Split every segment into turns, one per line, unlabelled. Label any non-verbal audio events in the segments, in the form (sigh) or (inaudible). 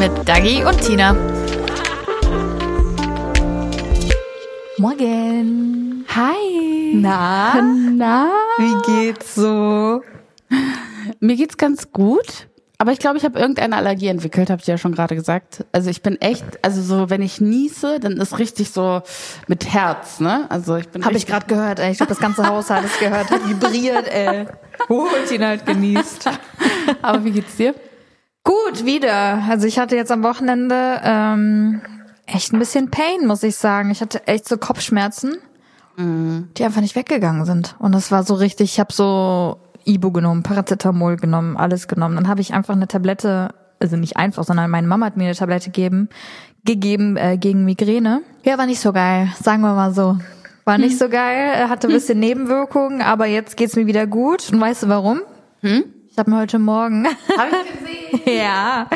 Mit Dagi und Tina. Morgen.
Hi.
Na,
Na?
wie geht's so?
Mir geht's ganz gut. Aber ich glaube, ich habe irgendeine Allergie entwickelt, habe ich ja schon gerade gesagt. Also ich bin echt, also so, wenn ich niese, dann ist richtig so mit Herz, ne? Also ich bin
Habe ich
richtig-
gerade gehört, ey. Ich glaube, das ganze Haus hat es gehört. Hat vibriert, ey. Oh, Tina
halt,
hat genießt.
Aber wie geht's dir?
Gut, wieder. Also ich hatte jetzt am Wochenende ähm, echt ein bisschen Pain, muss ich sagen. Ich hatte echt so Kopfschmerzen, die einfach nicht weggegangen sind. Und das war so richtig, ich habe so Ibu genommen, Paracetamol genommen, alles genommen. Dann habe ich einfach eine Tablette, also nicht einfach, sondern meine Mama hat mir eine Tablette gegeben, gegeben äh, gegen Migräne. Ja, war nicht so geil, sagen wir mal so. War nicht so geil, äh, hatte ein bisschen Nebenwirkungen, aber jetzt geht's mir wieder gut. Und weißt du warum? Ich habe mir heute Morgen ja,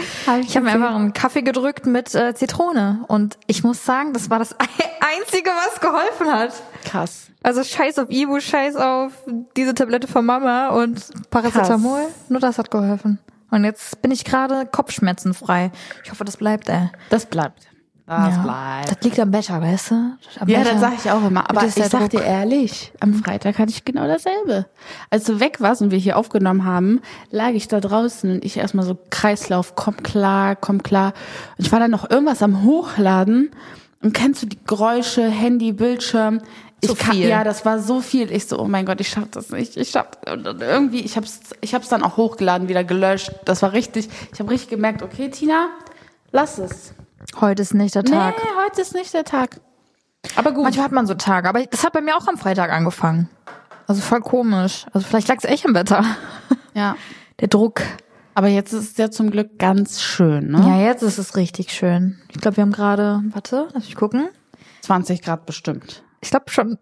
ich habe mir einfach einen Kaffee gedrückt mit äh, Zitrone und ich muss sagen, das war das (laughs) einzige, was geholfen hat.
Krass.
Also Scheiß auf Ibu, Scheiß auf diese Tablette von Mama und Paracetamol, nur das hat geholfen. Und jetzt bin ich gerade kopfschmerzenfrei. Ich hoffe, das bleibt, ey.
Das bleibt. Das
Ja.
bleibt.
Das liegt am Becher, weißt du? Am
Ja,
Becher.
das sage ich auch immer. Aber
Das
ich
ist der
sag dir
Druck.
ehrlich, am Freitag hatte ich genau dasselbe. Als du weg warst und wir hier aufgenommen haben, lag ich da draußen und ich erstmal so Kreislauf, komm klar, komm klar. Und ich war dann noch irgendwas am Hochladen und kennst du die Geräusche, Handy, Bildschirm?
Zu
ich kann-
viel.
Ja, das war so viel. Ich so, oh mein Gott, ich schaff das nicht. Ich schaff und dann irgendwie, ich hab's, ich hab's dann auch hochgeladen, wieder gelöscht. Das war richtig. Ich habe richtig gemerkt, okay, Tina, lass es.
Heute ist nicht der Tag.
Nee, heute ist nicht der Tag. Aber gut.
Manchmal hat man so Tage, aber das hat bei mir auch am Freitag angefangen. Also voll komisch. Also vielleicht lag's echt am Wetter.
Ja.
Der Druck.
Aber jetzt ist es ja zum Glück ganz schön, ne?
Ja, jetzt ist es richtig schön. Ich glaube, wir haben gerade, warte, lass mich gucken.
20 Grad bestimmt.
Ich glaube schon,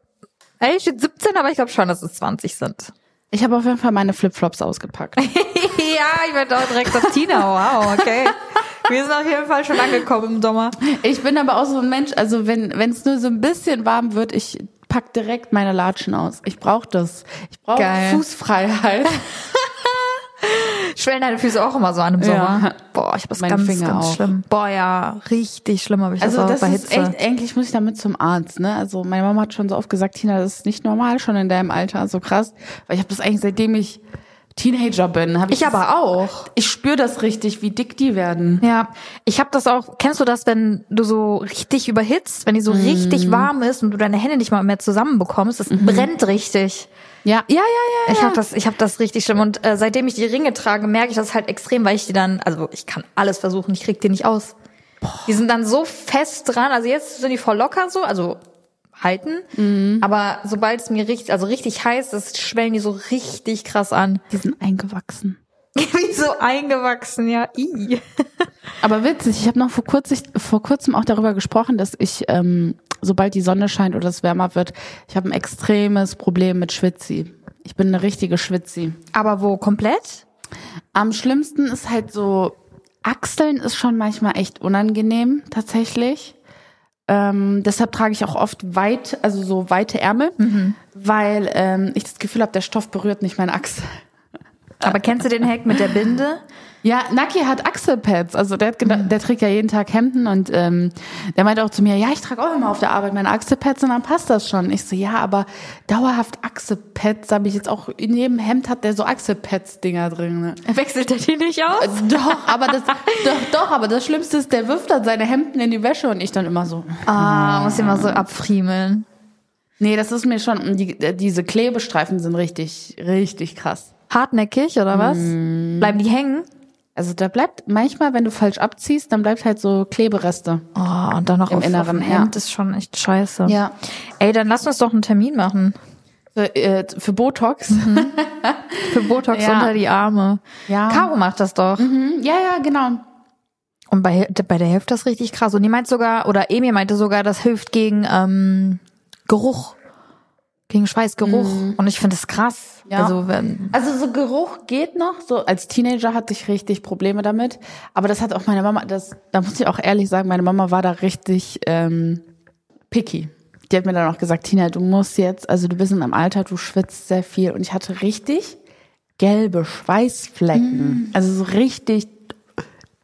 ey, steht 17, aber ich glaube schon, dass es 20 sind.
Ich habe auf jeden Fall meine Flipflops ausgepackt.
ja, ich werde auch direkt auf Tina, wow, okay. Wir sind auf jeden Fall schon angekommen im Sommer.
(laughs) Ich bin aber auch so ein Mensch, also wenn wenn es nur so ein bisschen warm wird, ich pack direkt meine Latschen aus. Ich brauche das. Ich brauche
Geil. (laughs)
Fußfreiheit.
Schwellen deine Füße auch immer so an im Sommer.
Ja.
Boah, ich habe das
Meine
ganz,
Finger
ganz
auch.
schlimm. Boah, ja, richtig schlimm habe ich das
Also
auch
das
bei
ist
Hitze.
echt, eigentlich muss ich damit zum Arzt, ne? Also meine Mama hat schon so oft gesagt, Tina, das ist nicht normal schon in deinem Alter, so krass. Weil ich habe das eigentlich seitdem ich Teenager bin, habe ich
Ich aber
das- Ich spüre das richtig, wie dick die werden.
Ja, ich habe das auch. Kennst du das, wenn du so richtig überhitzt, wenn die so richtig warm ist und du deine Hände nicht mal mehr zusammenbekommst? Das brennt richtig.
Ja, ja, ja, ja.
Ich habe das, ich habe das richtig schlimm. Und äh, seitdem ich die Ringe trage, merke ich das halt extrem, weil ich die dann, also ich kann alles versuchen, ich krieg die nicht aus. Die sind dann so fest dran. Also jetzt sind die voll locker so, also halten. Aber sobald es mir richtig, also richtig heiß ist, schwellen die so richtig krass an.
Die sind eingewachsen.
Wie so eingewachsen, ja. I.
Aber witzig, ich habe noch vor, kurz, vor kurzem auch darüber gesprochen, dass ich, ähm, sobald die Sonne scheint oder es wärmer wird, ich habe ein extremes Problem mit Schwitzi. Ich bin eine richtige Schwitzi.
Aber wo komplett?
Am schlimmsten ist halt so, Achseln ist schon manchmal echt unangenehm, tatsächlich. Ähm, deshalb trage ich auch oft weit, also so weite Ärmel, weil ähm, ich das Gefühl habe, der Stoff berührt nicht meine Achsel.
Aber kennst du den Hack mit der Binde?
Ja, Naki hat Achselpads. Also der, hat geda-
Mhm.
der trägt ja jeden Tag Hemden und ähm, der meinte auch zu mir, ja, ich trage auch immer auf der Arbeit meine Achselpads und dann passt das schon. Ich so, ja, aber dauerhaft Achselpads habe ich jetzt auch, in jedem Hemd hat der so Achselpads-Dinger drin.
(laughs)
Ne?
Wechselt er die nicht aus?
Doch, aber das, doch, doch, aber das Schlimmste ist, der wirft dann seine Hemden in die Wäsche und ich dann immer so.
Ah, muss ich mal so abfriemeln.
Nee, das ist mir schon, die, äh, diese Klebestreifen sind richtig, richtig krass.
Hartnäckig oder was? Bleiben die hängen?
Also da bleibt manchmal, wenn du falsch abziehst, dann bleibt halt so Klebereste.
Oh, und dann noch
Im
auf,
Inneren,
auf dem
ja.
Hemd ist schon echt scheiße.
Ja.
Ey, dann lass uns doch einen Termin machen.
Für, äh, für Botox.
Für Botox
Ja.
unter die Arme.
Mhm. Ja.
Ah. Caro macht das doch.
Ja, ja, genau.
Und bei, bei der hilft das richtig krass. Und die meint sogar, oder Emi meinte sogar, das hilft gegen ähm, Geruch. Gegen Schweißgeruch. Und ich finde das krass.
Ja.
Also, wenn,
Also so Geruch geht noch. So als Teenager hatte ich richtig Probleme damit. Aber das hat auch meine Mama, das, da muss ich auch ehrlich sagen, meine Mama war da richtig ähm, picky. Die hat mir dann auch gesagt, Tina, du musst jetzt, also du bist in einem Alter, du schwitzt sehr viel. Und ich hatte richtig gelbe Schweißflecken. Also so richtig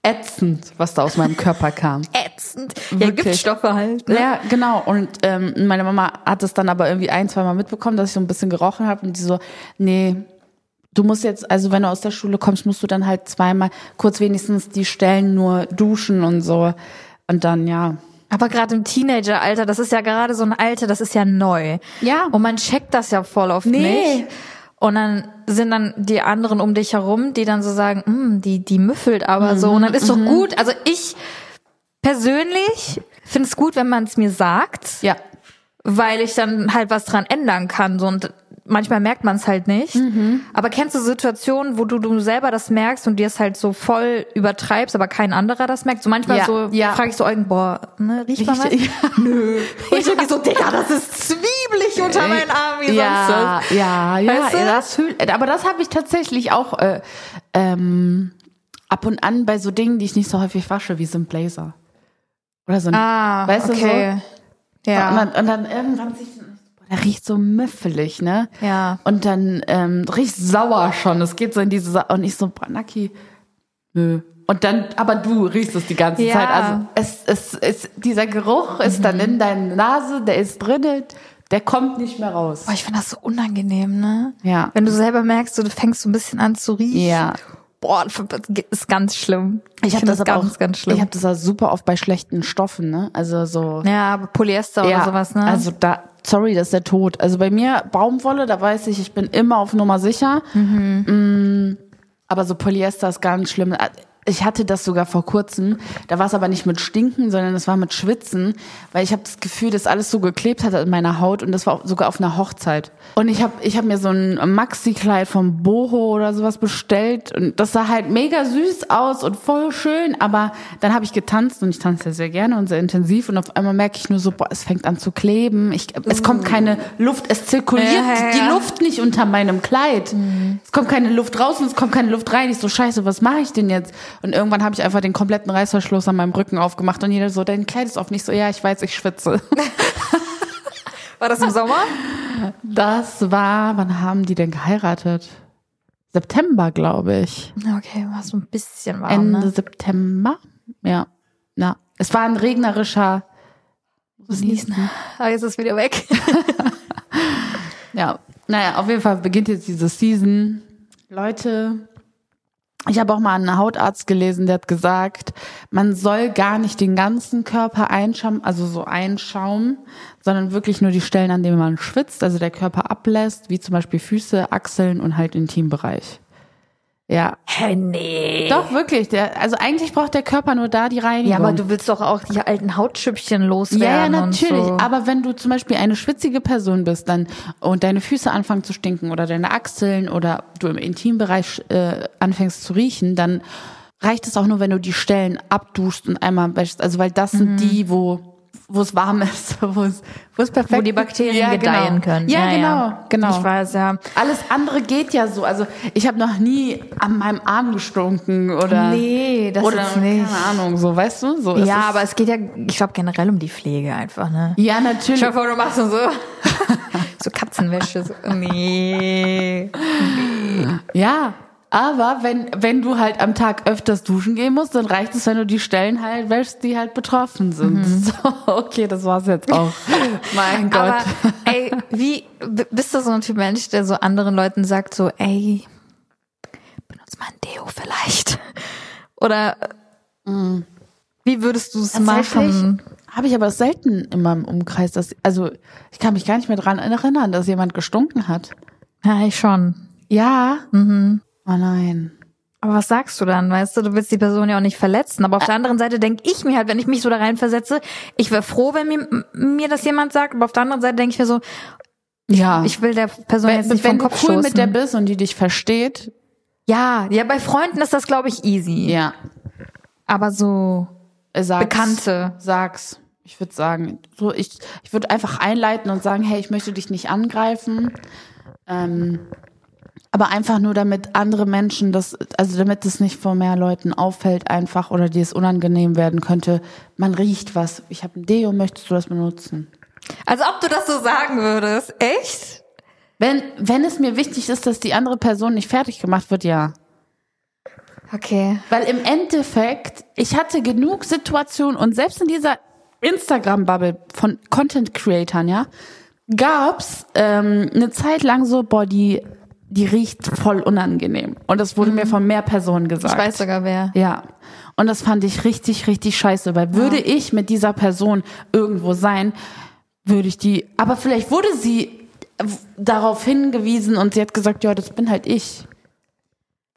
ätzend, was da aus meinem Körper kam.
ätzend. Ja,
Wirklich.
Giftstoffe halt. Ne?
Ja, genau. Und ähm, meine Mama hat es dann aber irgendwie ein, zwei Mal mitbekommen, dass ich so ein bisschen gerochen habe und die so, nee, du musst jetzt, also wenn du aus der Schule kommst, musst du dann halt zweimal kurz wenigstens die Stellen nur duschen und so. Und dann, ja.
Aber gerade im Teenageralter, das ist ja gerade so ein Alter, das ist ja neu.
Ja.
Und man checkt das ja voll oft
Nee.
nicht. Und dann sind dann die anderen um dich herum, die dann so sagen, "Hm, die, die müffelt aber so. Und dann ist
Mhm.
doch gut. Also ich persönlich finde es gut, wenn man es mir sagt,
Ja.
weil ich dann halt was dran ändern kann. So. Und manchmal merkt man es halt nicht. Aber kennst du Situationen, wo du, du selber das merkst und dir es halt so voll übertreibst, aber kein anderer das merkt? So manchmal
Ja,
so
ja.
frage ich so Eugen, boah, ne, riecht man was?
Richtig-
Nö. Und ich denke so, Digga, das ist zwiebelig unter meinen Armen, wie sonst
Ja,
was.
ja, ja,
Weißt du?
ja, das fühl, aber das habe ich tatsächlich auch äh, ähm, ab und an bei so Dingen, die ich nicht so häufig wasche, wie so ein Blazer. Oder so ein,
Ah,
weißt du so?
okay. Ja.
Und, dann, und dann irgendwann sieht man, boah, der riecht so müffelig, ne?
Ja.
Und dann ähm, riecht sauer schon. Es geht so in diese Sa und ich so, boah, Naki, nö. Und dann, aber du riechst es die ganze
Ja. Mhm.
Zeit. Also es, es, es, dieser Geruch ist dann in deiner Nase, der ist drin, der kommt nicht mehr raus.
Boah, ich finde das so unangenehm, ne?
Ja.
Wenn du selber merkst, so, du fängst so ein bisschen an zu riechen.
Ja.
Boah, das ist ganz schlimm.
Ich habe
finde
das, aber
ganz,
auch,
ganz schlimm.
ich habe das auch super oft bei schlechten Stoffen, ne? Also so.
ja, aber Polyester oder sowas, ne?
Also da, sorry, das ist der Tod. Also bei mir Baumwolle, da weiß ich, ich bin immer auf Nummer sicher. Mm, Aber so Polyester ist ganz schlimm. Ah, Ich hatte das sogar vor kurzem. Da war es aber nicht mit Stinken, sondern es war mit Schwitzen, weil ich habe das Gefühl, dass alles so geklebt hat an meiner Haut und das war auch sogar auf einer Hochzeit. Und ich habe ich hab mir so ein Maxi-Kleid vom Boho oder sowas bestellt und das sah halt mega süß aus und voll schön, aber dann habe ich getanzt und ich tanze ja sehr gerne und sehr intensiv und auf einmal merke ich nur so, boah, es fängt an zu kleben, ich, es kommt keine Luft, es zirkuliert
Ja, ja,
die
ja.
Luft Luft nicht unter meinem Kleid. Es kommt keine Luft raus und es kommt keine Luft rein. Ich so, scheiße, was mache ich denn jetzt? Und irgendwann habe ich einfach den kompletten Reißverschluss an meinem Rücken aufgemacht und jeder so, dein Kleid ist offen. Ich so, ja, ich weiß, ich schwitze.
War das im Sommer?
(laughs) Das war, wann haben die denn geheiratet? September, glaube ich.
Na, Okay, war so ein bisschen warm,
Ende
ne?
September? Ja. Ja. Es war ein regnerischer.
Ah, jetzt ist es wieder weg.
Ja, naja, auf jeden Fall beginnt jetzt diese Season. Leute, ich habe auch mal einen Hautarzt gelesen, der hat gesagt, man soll gar nicht den ganzen Körper einschaumen, also so einschaumen, sondern wirklich nur die Stellen, an denen man schwitzt, also der Körper ablässt, wie zum Beispiel Füße, Achseln und halt Intimbereich. Ja,
(laughs) Hä, nee.
doch wirklich. Der, also eigentlich braucht der Körper nur da die Reinigung.
Ja, aber du willst doch auch die alten Hautschüppchen loswerden.
Ja, ja, natürlich.
Und so.
Aber wenn du zum Beispiel eine schwitzige Person bist, dann und deine Füße anfangen zu stinken oder deine Achseln oder du im Intimbereich äh, anfängst zu riechen, dann reicht es auch nur, wenn du die Stellen abduschst und einmal wäschst. Also weil das
Mhm.
sind die, wo wo es warm (laughs) ist, wo es wo es perfekt,
Wo die Bakterien
Ja, genau.
gedeihen können.
Ja,
Ja,
genau,
ja.
genau.
Ich weiß, ja.
Alles andere geht ja so. Also ich habe noch nie an meinem Arm gestunken oder
Nee, das
oder
ist nicht.
keine Ahnung, so weißt du, so. es
Ja,
ist-
aber es geht ja, ich glaube, generell um die Pflege einfach, ne?
ja natürlich.
Stell dir vor, du machst so, (laughs) so Katzenwäsche. So. Nee.
Ja, aber wenn, wenn du halt am Tag öfters duschen gehen musst, dann reicht es, wenn du die Stellen halt wäschst, die halt betroffen sind. (laughs) So, okay, das war's jetzt (laughs) auch. mein Gott.
Aber ey, wie b- bist du so ein Typ Mensch, der so anderen Leuten sagt, so, ey, benutzt mal ein Deo vielleicht. (laughs) Oder Mm. wie würdest du es machen?
habe ich aber selten in meinem Umkreis, dass, also ich kann mich gar nicht mehr dran erinnern, dass jemand gestunken hat.
Ja, ich schon.
Ja. Oh nein.
Aber was sagst du dann, weißt du? Du willst die Person ja auch nicht verletzen. Aber auf der anderen Seite denke ich mir halt, wenn ich mich so da reinversetze, ich wäre froh, wenn mir, m- mir das jemand sagt. Aber auf der anderen Seite denke ich mir so,
Ja.
ich will der Person jetzt
wenn
nicht
wenn
vom
du cool
Kopf stoßen.
mit der bist und die dich versteht,
ja, ja, bei Freunden ist das, glaube ich, easy.
ja.
Aber so
Äh, Sag's.
Bekannte.
Sag's. Ich würde sagen, so ich, ich würde einfach einleiten und sagen, hey, ich möchte dich nicht angreifen. Ähm, aber einfach nur, damit andere Menschen das, also damit es nicht vor mehr Leuten auffällt, einfach oder dir es unangenehm werden könnte. Man riecht was. Ich habe ein Deo, möchtest du das benutzen?
Als ob du das so sagen würdest. Echt?
Wenn, wenn es mir wichtig ist, dass die andere Person nicht fertig gemacht wird, ja.
Okay.
Weil im Endeffekt, ich hatte genug Situationen und selbst in dieser Instagram-Bubble von Content-Creatern, ja, gab's ähm, eine Zeit lang so, boah, die, die riecht voll unangenehm. Und das wurde mir von mehr Personen gesagt.
Mhm. Ich weiß sogar wer.
Ja. Und das fand ich richtig, richtig scheiße, weil würde ich mit dieser Person irgendwo sein, würde ich die, aber vielleicht wurde sie äh, w- darauf hingewiesen und sie hat gesagt, ja, das bin halt ich.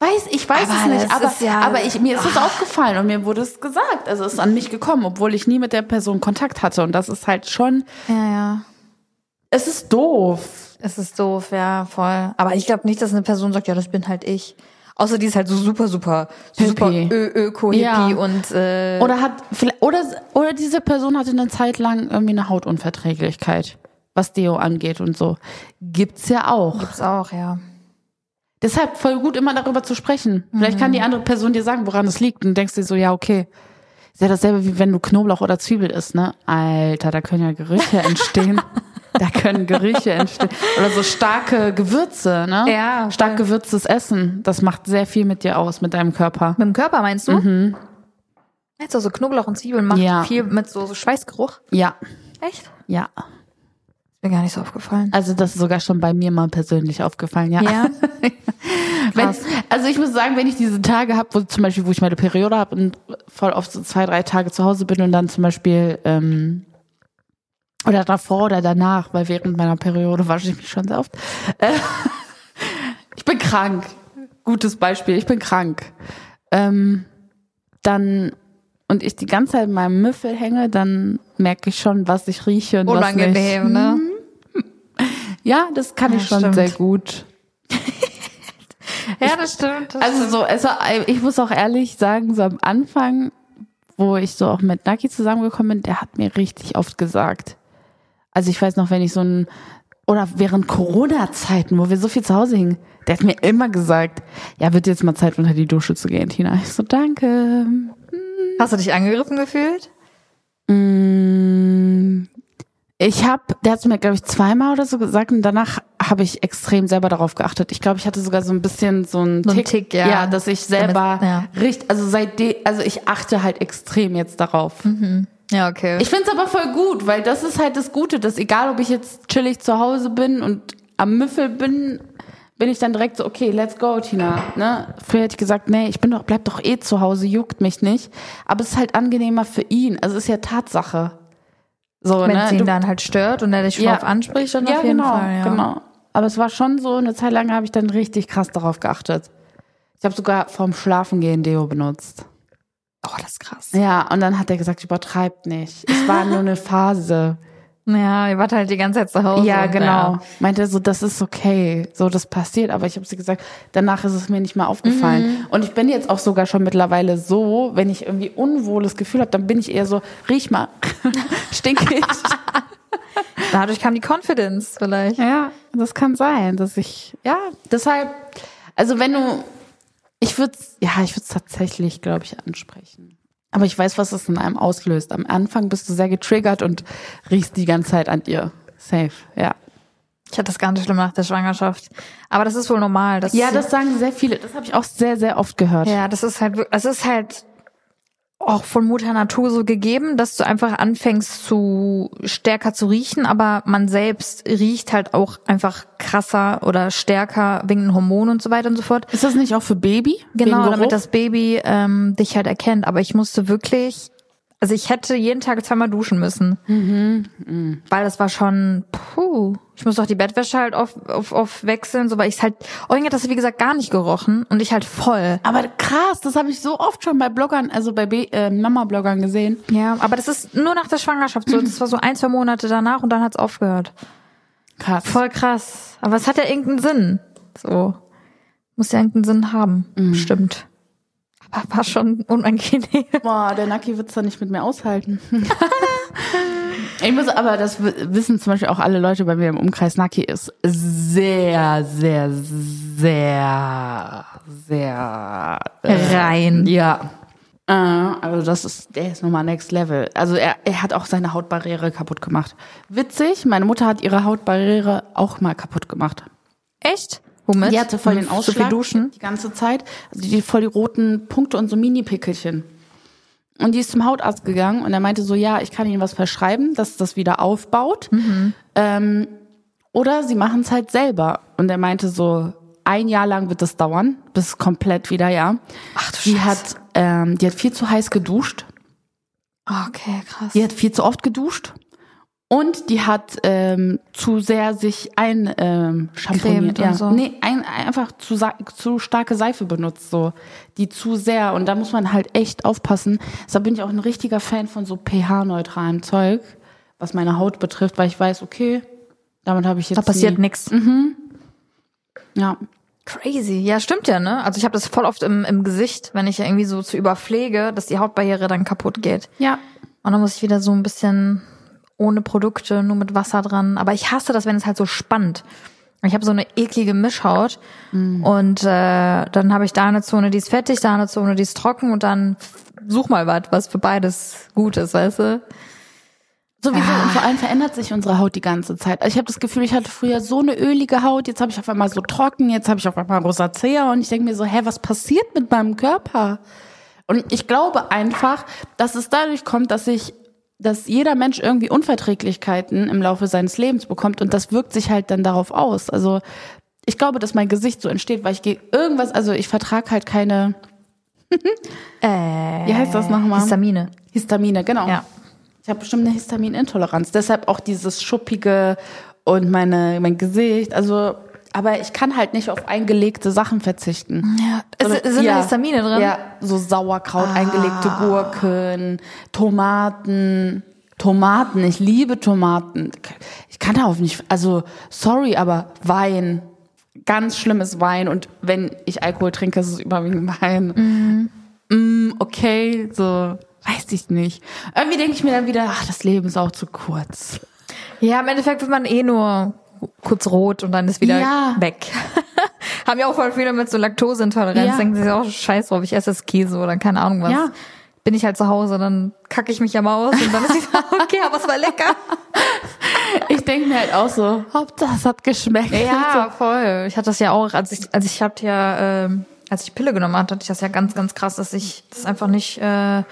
Weiß, ich weiß
Aber
es nicht,
das
aber,
ist ja- Ah.
aber ich, mir ist es aufgefallen und mir wurde es gesagt. Also es ist an mich gekommen, obwohl ich nie mit der Person Kontakt hatte. Und das ist halt schon,
Ja, ja.
es ist doof.
Es ist doof, ja, voll. Aber ich glaube nicht, dass eine Person sagt, ja, das bin halt ich. Außer die ist halt so super, super, super
Hippie.
Ö- Öko-Hippie
Ja.
und äh,
Oder hat, vielleicht- oder, oder diese Person hatte eine Zeit lang irgendwie eine Hautunverträglichkeit, was Deo angeht und so. Gibt's ja auch.
gibt's auch, ja.
Deshalb voll gut, immer darüber zu sprechen. Vielleicht kann die
Mhm.
andere Person dir sagen, woran es liegt. Und denkst dir so, ja, okay. Ist ja dasselbe, wie wenn du Knoblauch oder Zwiebel isst, ne? Alter, da können ja
(laughs)
Gerüche entstehen. Da können Gerüche entstehen. Oder so starke Gewürze, ne?
Ja, voll.
Stark gewürztes Essen. Das macht sehr viel mit dir aus, mit deinem Körper.
Mit dem Körper meinst du? Mhm. Jetzt also Knoblauch und Zwiebeln macht
Ja.
viel mit so, so Schweißgeruch.
Ja,
Echt? Ist
ja.
mir gar nicht so
(laughs)
aufgefallen.
Also das ist sogar schon bei mir mal persönlich aufgefallen, ja.
Ja.
Wenn, also ich muss sagen, wenn ich diese Tage habe, wo zum Beispiel, wo ich meine Periode habe und voll oft so zwei, drei Tage zu Hause bin und dann zum Beispiel ähm, oder davor oder danach, weil während meiner Periode wasche ich mich schon sehr oft. Äh, (laughs) ich bin krank. Gutes Beispiel, ich bin krank. Ähm, dann und ich die ganze Zeit in meinem Müffel hänge, dann merke ich schon, was ich rieche und was nicht.
Unangenehm, ne?
Mhm. Ja, das kann ich schon
stimmt.
sehr gut.
Ja, das stimmt. Also,
Also so, es war, ich muss auch ehrlich sagen, so am Anfang, wo ich so auch mit Naki zusammengekommen bin, der hat mir richtig oft gesagt. Also ich weiß noch, wenn ich so ein oder während Corona-Zeiten, wo wir so viel zu Hause hingen, der hat mir immer gesagt, ja, wird jetzt mal Zeit, unter die Dusche zu gehen, Tina. Ich so, danke.
Hast du dich angegriffen gefühlt?
Ich habe, der hat's mir, glaube ich, zweimal oder so gesagt und danach habe ich extrem selber darauf geachtet. Ich glaube, ich hatte sogar so ein bisschen so einen
So einen
Tick,
Tick, ja.
dass ich selber
Damit- ja.
richtig, also seitdem, also ich achte halt extrem jetzt darauf.
Ja, okay.
Ich find's aber voll gut, weil das ist halt das Gute, dass egal, ob ich jetzt chillig zu Hause bin und am Müffel bin, bin ich dann direkt so, okay, let's go, Tina. Ne? Früher hätte ich gesagt, nee, ich bin doch, bleib doch eh zu Hause, juckt mich nicht. Aber es ist halt angenehmer für ihn. Also es ist ja Tatsache. So,
Wenn
ne?
es ihn
Du-
dann halt stört und er dich schon
Ja.
drauf anspricht, dann
ja,
auf jeden
genau,
Fall. Ja,
genau. Aber es war schon so, eine Zeit lang habe ich dann richtig krass darauf geachtet. Ich habe sogar vorm Schlafengehen Deo benutzt.
Oh, das ist krass.
Ja, und dann hat er gesagt, übertreibt nicht. Es war nur
(laughs)
eine Phase.
Ja, ihr wart halt die ganze Zeit zu Hause.
ja, genau.
Ja.
Meinte er so, das ist okay, so das passiert. Aber ich habe sie gesagt, danach ist es mir nicht mal aufgefallen. Und ich bin jetzt auch sogar schon mittlerweile so, wenn ich irgendwie unwohles Gefühl habe, dann bin ich eher so, riech mal, (laughs) stinkig.
Dadurch kam die Confidence
(laughs)
vielleicht.
Ja, das kann sein, dass ich, ja, deshalb, also wenn du, ich würde ja, ich würde es tatsächlich, glaube ich, ansprechen. Aber ich weiß, was es in einem auslöst. Am Anfang bist du sehr getriggert und riechst die ganze Zeit an dir. Safe, ja.
Ich hatte das ganz schlimm nach der Schwangerschaft. Aber das ist wohl normal. Das
Ja, das sagen sehr viele. Das habe ich auch sehr, sehr oft gehört.
Ja, das ist halt, wir- das ist halt auch von Mutter Natur so gegeben, dass du einfach anfängst zu stärker zu riechen, aber man selbst riecht halt auch einfach krasser oder stärker wegen den Hormonen und so weiter und so fort.
Ist das nicht auch für Baby?
Genau,
Wegen
damit
Geruch?
das Baby ähm, dich halt erkennt. Aber ich musste wirklich, also ich hätte jeden Tag zweimal duschen müssen. Mhm, Weil das war schon, puh. Ich musste auch die Bettwäsche halt auf, auf, auf wechseln, so, weil ich halt, Eugen hat das wie gesagt gar nicht gerochen und ich halt voll.
Aber krass, das habe ich so oft schon bei Bloggern, also bei Ba- äh, Mama-Bloggern gesehen.
Ja, aber das ist nur nach der Schwangerschaft so. Das war so ein, zwei Monate danach und dann hat's aufgehört.
Krass.
Voll krass. Aber es hat Mhm. ja irgendeinen Sinn. So. Muss ja irgendeinen Sinn haben. Stimmt. war schon unangenehm.
Boah, der Naki wird's dann nicht mit mir (laughs) aushalten. ich muss aber, das w- wissen zum Beispiel auch alle Leute bei mir im Umkreis, Naki ist sehr, sehr, sehr, sehr äh,
Rein.
Ja. Äh, also das ist, der ist nochmal next level. Also er, er hat auch seine Hautbarriere kaputt gemacht. Witzig, meine Mutter hat ihre Hautbarriere auch mal kaputt gemacht.
Echt? Womit? Mhm.
Die hatte voll den
So
Ausschlag
viel duschen.
die ganze Zeit. Also die voll die roten Punkte und so Mini-Pickelchen. Und die ist zum Hautarzt gegangen und er meinte so, ja, ich kann Ihnen was verschreiben, dass das wieder aufbaut.
Mhm.
Ähm, oder Sie machen es halt selber. Und er meinte so, ein Jahr lang wird das dauern, bis es komplett wieder, ja.
Ach du
Die
Scheiße.
hat, ähm, die hat viel zu heiß geduscht. Oh,
Okay, krass.
Die hat viel zu oft geduscht. Und die hat ähm, zu sehr sich ein ähm,
Cremt
Shampooniert.
und
Ja.
so.
Nee, ein, einfach zu, sa- zu starke Seife benutzt, so. Die zu sehr. Und da muss man halt echt aufpassen. Deshalb bin ich auch ein richtiger Fan von so pH-neutralem Zeug, was meine Haut betrifft, weil ich weiß, okay, damit habe ich jetzt.
da passiert
nie. Mhm.
nix.
Ja.
Crazy. Ja, stimmt ja, ne? Also ich habe das voll oft im, im Gesicht, wenn ich irgendwie so zu überpflege, dass die Hautbarriere dann kaputt geht.
Ja.
Und dann muss ich wieder so ein bisschen ohne Produkte, nur mit Wasser dran. Aber ich hasse das, wenn es halt so spannt. Ich habe so eine eklige Mischhaut
Mhm.
und äh, dann habe ich da eine Zone, die ist fettig, da eine Zone, die ist trocken und dann such mal was, was für beides gut ist, weißt du?
Sowieso, und vor allem verändert sich unsere Haut die ganze Zeit. Also ich habe das Gefühl, ich hatte früher so eine ölige Haut, jetzt habe ich auf einmal so trocken, jetzt habe ich auf einmal Rosacea und ich denke mir so, hä, was passiert mit meinem Körper? Und ich glaube einfach, dass es dadurch kommt, dass ich, dass jeder Mensch irgendwie Unverträglichkeiten im Laufe seines Lebens bekommt und das wirkt sich halt dann darauf aus. Also ich glaube, dass mein Gesicht so entsteht, weil ich gehe irgendwas, also ich vertrage halt keine,
Äh,
wie heißt das nochmal?
Histamine.
Histamine, genau.
Ja.
Ich habe bestimmt eine Histaminintoleranz. Deshalb auch dieses Schuppige und meine, mein Gesicht. Also, aber ich kann halt nicht auf eingelegte Sachen verzichten.
Es, es sind da Histamine drin? Ah.
Ja, so Sauerkraut, eingelegte Gurken, Tomaten. Tomaten, ich liebe Tomaten. Ich kann darauf nicht, also sorry, aber Wein, ganz schlimmes Wein und wenn ich Alkohol trinke, ist es überwiegend Wein
Mhm.
Mm, okay, so, weiß ich nicht. Irgendwie denke ich mir dann wieder, ach, das Leben ist auch zu kurz.
Ja, im Endeffekt wird man eh nur kurz rot und dann ist wieder
Ja.
weg. (laughs) Haben ja auch voll viele mit so Laktoseintoleranz.
Ja.
Denken sie sich auch, scheiß drauf, ich esse jetzt Käse oder keine Ahnung was.
Ja.
Bin ich halt zu Hause, dann kacke ich mich ja mal aus und dann ist wieder (laughs) okay, aber es war lecker.
Ich denke mir halt auch so, Hauptsache, das hat geschmeckt.
voll. Ich hatte das ja auch, als ich, als ich hatte ja, ähm, als ich die Pille genommen hatte, hatte ich das ja ganz, ganz krass, dass ich das einfach nicht äh,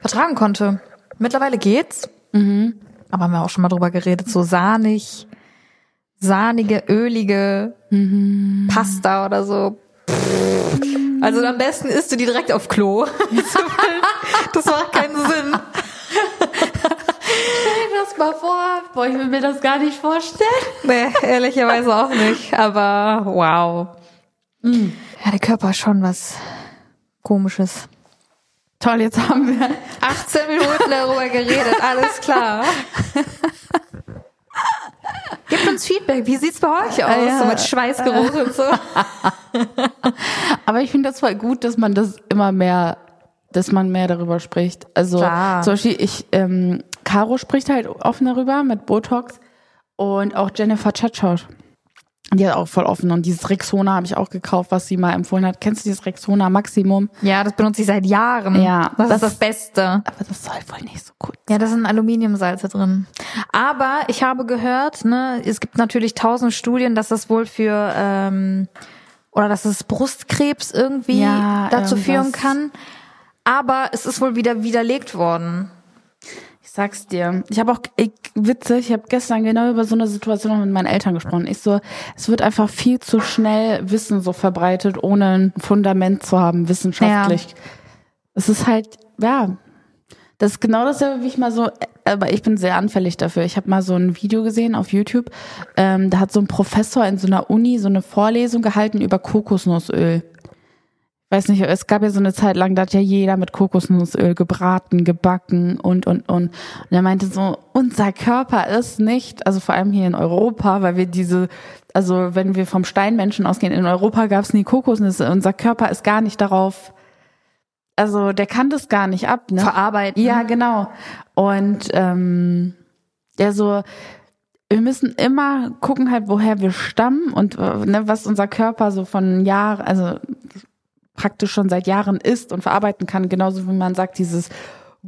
vertragen konnte. Mittlerweile geht's. Aber haben wir auch schon mal drüber geredet, so sahnig, sahnige, ölige Pasta oder so. Also am besten isst du die direkt auf Klo. (laughs) das macht keinen Sinn.
das mal vor. Boah, ich will mir das gar nicht vorstellen.
Nee, ehrlicherweise auch nicht, aber wow. Ja, der Körper ist schon was komisches.
Toll, jetzt haben wir.
18 Minuten darüber geredet, alles klar. Gebt uns Feedback, wie sieht's bei euch aus?
ja.
So mit Schweißgeruch und so.
Aber ich finde das voll gut, dass man das immer mehr, dass man mehr darüber spricht. Also
Klar.
zum Beispiel, ich, ähm, Caro spricht halt offen darüber mit Botox und auch Jennifer Chatschaut. Die hat auch voll offen. Und dieses Rexona habe ich auch gekauft, was sie mal empfohlen hat. Kennst du dieses Rexona Maximum?
Ja, das benutze ich seit Jahren.
Ja,
das,
das-
ist das Beste.
Aber das soll wohl nicht so gut.
Ja, das sind Aluminiumsalze drin. Aber ich habe gehört, ne, es gibt natürlich tausend Studien, dass das wohl für ähm, oder dass es Brustkrebs irgendwie
Ja,
dazu führen
irgendwas.
kann. Aber es ist wohl wieder widerlegt worden.
Ich sag's dir. Ich habe auch ich, Witze, ich habe gestern genau über so eine Situation noch mit meinen Eltern gesprochen. Ich so, es wird einfach viel zu schnell Wissen so verbreitet, ohne ein Fundament zu haben, wissenschaftlich. Es ist halt, ja. Das ist genau dasselbe, wie ich mal so, aber ich bin sehr anfällig dafür. Ich habe mal so ein Video gesehen auf YouTube. Ähm, da hat so ein Professor in so einer Uni so eine Vorlesung gehalten über Kokosnussöl. Weiß nicht, es gab ja so eine Zeit lang, da hat ja jeder mit Kokosnussöl gebraten, gebacken und, und, und. Und er meinte so, unser Körper ist nicht, also vor allem hier in Europa, weil wir diese, also wenn wir vom Steinmenschen ausgehen, in Europa gab es nie Kokosnüsse. Unser Körper ist gar nicht darauf also der kann das gar nicht ab, ne?
Verarbeiten.
Ja, genau. Und ähm, der so, wir müssen immer gucken halt, woher wir stammen und äh, ne, was unser Körper so von Jahren, also praktisch schon seit Jahren isst und verarbeiten kann, genauso wie man sagt, dieses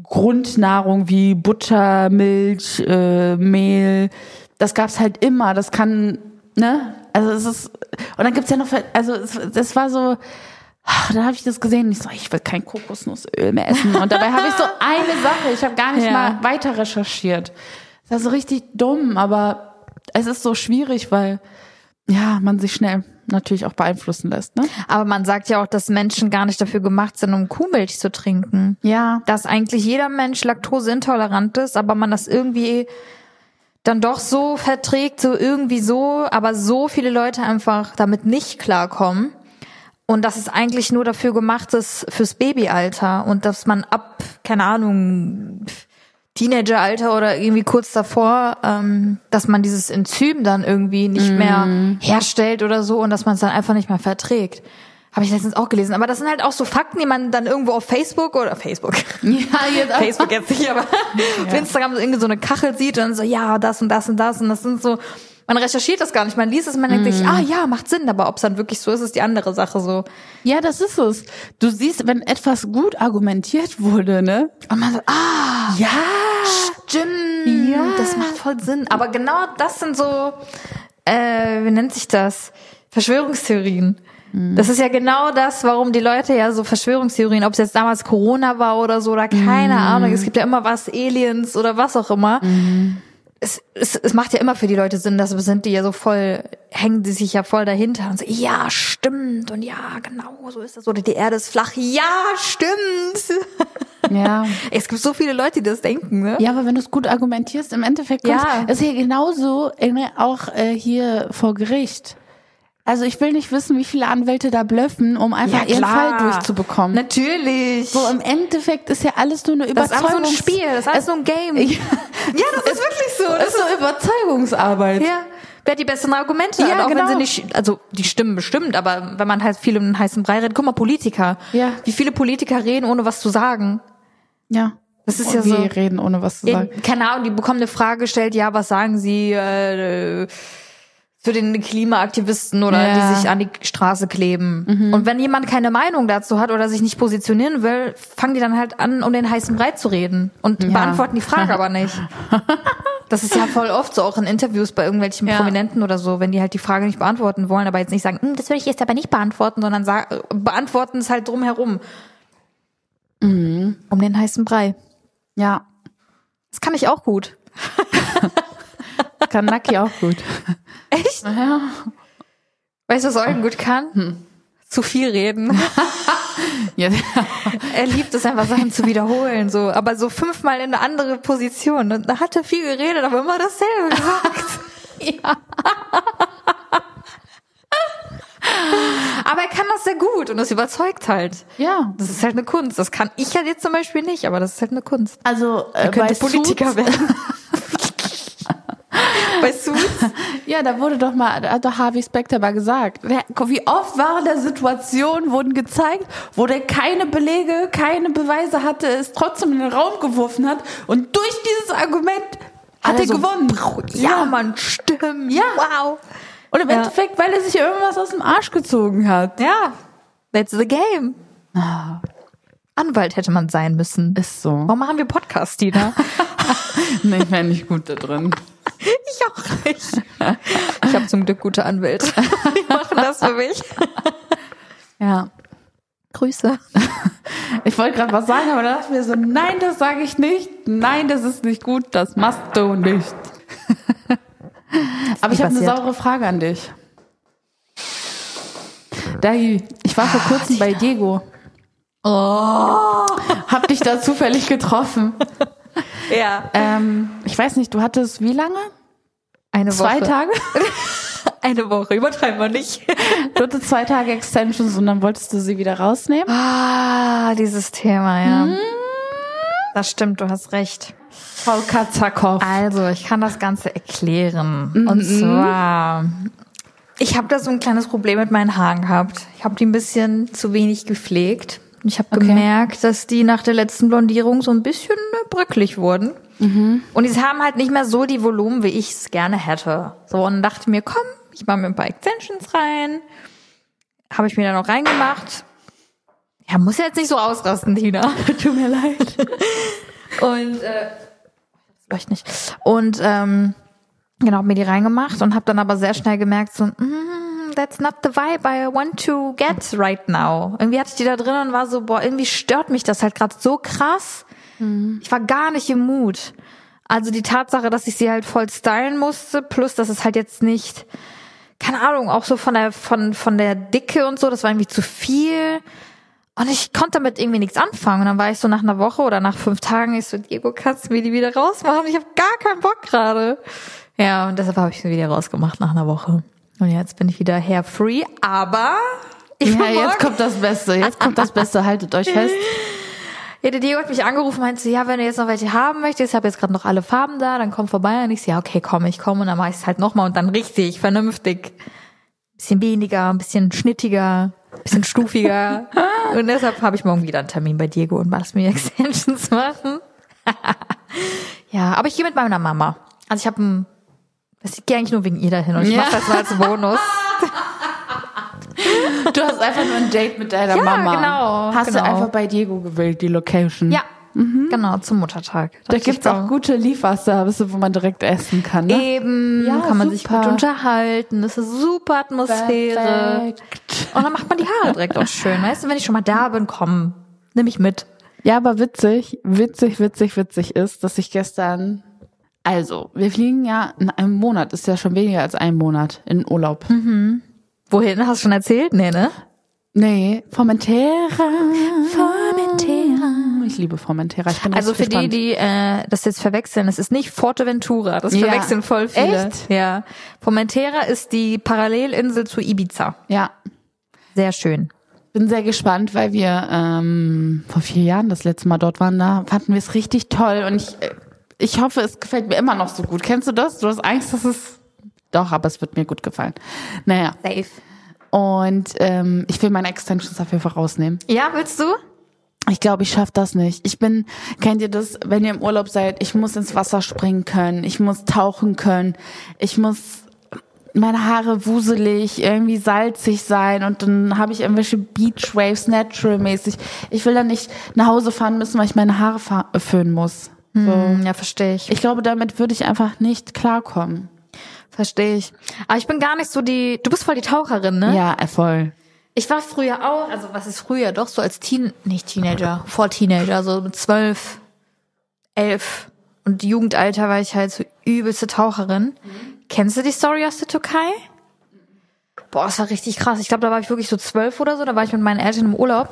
Grundnahrung wie Butter, Milch, äh, Mehl, das gab's halt immer. Das kann, ne? Also es ist, und dann gibt's ja noch, ver- also es, das war so, ach, dann habe ich das gesehen und ich so, ich will kein Kokosnussöl mehr essen. Und dabei habe ich so eine Sache, ich habe gar nicht
Ja.
mal weiter recherchiert. Das war so richtig dumm, aber es ist so schwierig, weil ja, man sich schnell natürlich auch beeinflussen lässt, ne?
Aber man sagt ja auch, dass Menschen gar nicht dafür gemacht sind, um Kuhmilch zu trinken.
Ja.
Dass eigentlich jeder Mensch laktoseintolerant ist, aber man das irgendwie dann doch so verträgt, so irgendwie so, aber so viele Leute einfach damit nicht klarkommen. Und dass es eigentlich nur dafür gemacht ist, fürs Babyalter und dass man ab, keine Ahnung, Teenageralter oder irgendwie kurz davor, ähm, dass man dieses Enzym dann irgendwie nicht mehr herstellt oder so und dass man es dann einfach nicht mehr verträgt. Habe ich letztens auch gelesen. Aber das sind halt auch so Fakten, die man dann irgendwo auf Facebook oder Facebook,
Ja, jetzt
(laughs)
auch.
Facebook jetzt nicht, aber auf Instagram so irgendwie so eine Kachel sieht und dann so, ja, das und das und das und das sind so, man recherchiert das gar nicht, man liest es, man denkt sich, ah ja, macht Sinn, aber ob es dann wirklich so ist, ist die andere Sache so.
Ja, das ist es. Du siehst, wenn etwas gut argumentiert wurde, ne?
Und man so, ah,
Ja.
Jim,
Ja.
das macht voll Sinn. Aber genau das sind so, äh, wie nennt sich das? Verschwörungstheorien. Das ist ja genau das, warum die Leute ja so Verschwörungstheorien, ob es jetzt damals Corona war oder so oder keine Ahnung, es gibt ja immer was, Aliens oder was auch immer. Es, es, es macht ja immer für die Leute Sinn, deshalb sind die ja so voll, hängen die sich ja voll dahinter und so, ja, stimmt und ja, genau, so ist das. Oder die Erde ist flach, ja, stimmt.
Ja.
Es gibt so viele Leute, die das denken,
(laughs)
ne?
Ja, aber wenn du es gut argumentierst, im Endeffekt
Ja.
kommst, ist hier genauso ne, auch äh, hier vor Gericht. Also ich will nicht wissen, wie viele Anwälte da blöffen, um einfach
Ja,
ihren
klar.
Fall durchzubekommen.
Natürlich.
So im Endeffekt ist ja alles nur eine
das ist alles so ein
Überzeugungs
Spiel, das ist alles nur ein Game.
Ja,
(laughs) Ja, das ist wirklich so.
das ist eine Überzeugungsarbeit.
ja. Wer hat die besten Argumente?
Ja,
hat, auch
genau.
wenn sie nicht, also die stimmen bestimmt, aber wenn man halt viel um den heißen Brei redet, guck mal Politiker.
Ja.
Wie viele Politiker reden, ohne was zu sagen?
ja.
Das ist
Und
ja
wir
so.
reden ohne was zu sagen.
Ja, Keine Ahnung, die bekommen eine Frage gestellt, ja, was sagen sie äh, zu den Klimaaktivisten oder
Ja.
die sich an die Straße kleben. Und wenn jemand keine Meinung dazu hat oder sich nicht positionieren will, fangen die dann halt an, um den heißen Brei zu reden und beantworten die Frage aber nicht. Das ist ja voll oft so, auch in Interviews bei irgendwelchen
Ja.
Prominenten oder so, wenn die halt die Frage nicht beantworten wollen, aber jetzt nicht sagen, "Hm, das würde ich jetzt aber nicht beantworten, sondern sa- äh, beantworten es halt drumherum. Um den heißen Brei.
Ja,
Das kann ich auch gut.
kann Naki auch gut.
Echt?
Ja. Hm.
Weißt du, was Eugen gut kann? Zu viel reden.
(laughs) Ja.
er liebt es einfach, Sachen zu wiederholen, so. Aber so fünfmal in eine andere Position. Und da hat er viel geredet, aber immer dasselbe gesagt.
(laughs)
ja. aber er kann das sehr gut und das überzeugt halt.
ja.
Das ist halt eine Kunst. Das kann ich ja jetzt zum Beispiel nicht, aber das ist halt eine Kunst.
Also äh,
Er könnte
bei
Politiker
Suits- (laughs)
werden. bei Suits?
Ja, da wurde doch mal, da hat doch Harvey Specter mal gesagt. Wer- guck, Wie oft waren da Situationen, wurden gezeigt, wo der keine Belege, keine Beweise hatte, es trotzdem in den Raum geworfen hat und durch dieses Argument hat
Alle
er
so,
gewonnen.
Ja, Mann, stimmt. Ja. Wow.
Und im
Ja.
Endeffekt, weil er sich irgendwas aus dem Arsch gezogen hat.
Ja, that's the game. Ah. Anwalt hätte man sein müssen.
Ist so.
Warum machen wir Podcast, Dina?
(laughs)
(laughs)
Nee, ich wäre nicht gut da drin.
ich auch nicht. Ich habe zum Glück gute Anwälte. Die machen das
(laughs)
für mich.
Ja.
Grüße.
Ich wollte gerade was sagen, aber dann dachte ich mir so, nein, das sage ich nicht. Nein, das ist nicht gut. Das machst du nicht. aber ich habe eine
passiert.
saure Frage an dich. Dagi, ich war vor kurzem bei Diego. Ah, Oh. Hab dich da zufällig getroffen.
Ja.
Ähm, ich weiß nicht, du hattest wie lange?
Eine
Zwei
Woche.
Tage?
Eine Woche. Übertreiben wir nicht.
Du hattest zwei Tage Extensions und dann wolltest du sie wieder rausnehmen.
Ah, dieses Thema, ja. Das stimmt, du hast recht.
Frau Katzakow.
Also, ich kann das Ganze erklären. Und zwar, ich habe da so ein kleines Problem mit meinen Haaren gehabt. Ich habe die ein bisschen zu wenig gepflegt. Und ich habe gemerkt, dass die nach der letzten Blondierung so ein bisschen äh, bröckelig wurden. Und die haben halt nicht mehr so die Volumen, wie ich es gerne hätte. So, und dachte mir, komm, ich mache mir ein paar Extensions rein. Habe ich mir dann auch reingemacht. Ja, muss ja jetzt nicht so ausrasten, Tina. (laughs) Tut mir leid. und äh, leucht nicht. Und ähm, genau, hab mir die reingemacht und habe dann aber sehr schnell gemerkt, so, mm, that's not the vibe I want to get right now. Irgendwie hatte ich die da drin und war so, boah, irgendwie stört mich das halt gerade so krass. Ich war gar nicht im Mut. Also die Tatsache, dass ich sie halt voll stylen musste, plus dass es halt jetzt nicht, keine Ahnung, auch so von der, von, von der Dicke und so, das war irgendwie zu viel. Und ich konnte damit irgendwie nichts anfangen. Und dann war ich so nach einer Woche oder nach fünf Tagen, ich so, Diego, kannst du mir die wieder rausmachen? Ich habe gar keinen Bock gerade. Ja, und deshalb habe ich sie wieder rausgemacht nach einer Woche. Und jetzt bin ich wieder hair free, aber ich
Ja,
war
jetzt
morgen-
kommt das Beste, jetzt kommt das Beste, haltet euch fest.
Ja, der Diego hat mich angerufen, meinte, ja, wenn du jetzt noch welche haben möchtest, ich habe jetzt gerade noch alle Farben da, dann komm vorbei. Und ich so, ja, okay, komm, ich komme und dann mache ich es halt nochmal und dann richtig, vernünftig. Bisschen weniger, ein bisschen schnittiger, ein bisschen
(laughs)
stufiger. und deshalb habe ich morgen wieder einen Termin bei Diego und lass mir (laughs) Extensions machen. (laughs) ja, aber ich gehe mit meiner Mama. Also ich habe ein, das gehe eigentlich nur wegen ihr dahin und ich mache das mal als
(laughs)
Bonus.
Du hast einfach nur ein Date mit deiner
Ja,
Mama.
genau,
Hast du
genau.
einfach bei Diego gewählt, die Location.
Ja, genau, zum Muttertag.
Mhm. Da
Dachte ich,
gibt's auch
komm.
gute Lieferservice, wo man direkt essen kann. Ne?
Eben,
Ja,
kann man sich
super.
gut unterhalten, es ist super Atmosphäre.
Perfekt.
Und dann macht man die Haare direkt auch schön. Weißt du, wenn ich schon mal da bin, komm, nimm mich mit.
Ja, aber witzig, witzig, witzig, witzig ist, dass ich gestern, also wir fliegen ja in einem Monat, ist ja schon weniger als ein Monat in Urlaub.
Hm. Wohin? Hast du schon erzählt? Nee, ne?
Nee, Formentera. Ich liebe Formentera. Ich bin
Also für
richtig
die,
gespannt.
die äh, das jetzt verwechseln, das ist nicht Forteventura, das
Ja.
verwechseln voll viele.
Echt?
Ja. Formentera ist die Parallelinsel zu Ibiza.
Ja,
Sehr schön.
bin sehr gespannt, weil wir ähm, vor vier Jahren das letzte Mal dort waren, da fanden wir es richtig toll und ich, äh, ich hoffe, es gefällt mir immer noch so gut. Kennst du das? Du hast Angst, dass es... Doch, aber es wird mir gut gefallen. Naja,
Safe.
und ähm, ich will meine Extensions auf jeden Fall rausnehmen.
Ja, willst du?
Ich glaube, ich schaff das nicht. Ich bin, kennt ihr das, wenn ihr im Urlaub seid, ich muss ins Wasser springen können, ich muss tauchen können, ich muss meine Haare wuselig, irgendwie salzig sein und dann habe ich irgendwelche Beach Waves natural mäßig. Ich will dann nicht nach Hause fahren müssen, weil ich meine Haare fa- äh, föhnen muss. So.
Mm, Ja, verstehe ich.
Ich glaube, damit würde ich einfach nicht klarkommen.
Verstehe ich. Aber ich bin gar nicht so die. Du bist voll die Taucherin, ne?
Ja, äh, voll.
Ich war früher auch, also was ist früher? Doch so als Teen, nicht Teenager, vor Teenager, so mit zwölf, elf und Jugendalter war ich halt so übelste Taucherin. Kennst du die Story aus der Türkei? Boah, das war richtig krass. Ich glaube, da war ich wirklich so zwölf oder so. Da war ich mit meinen Eltern im Urlaub.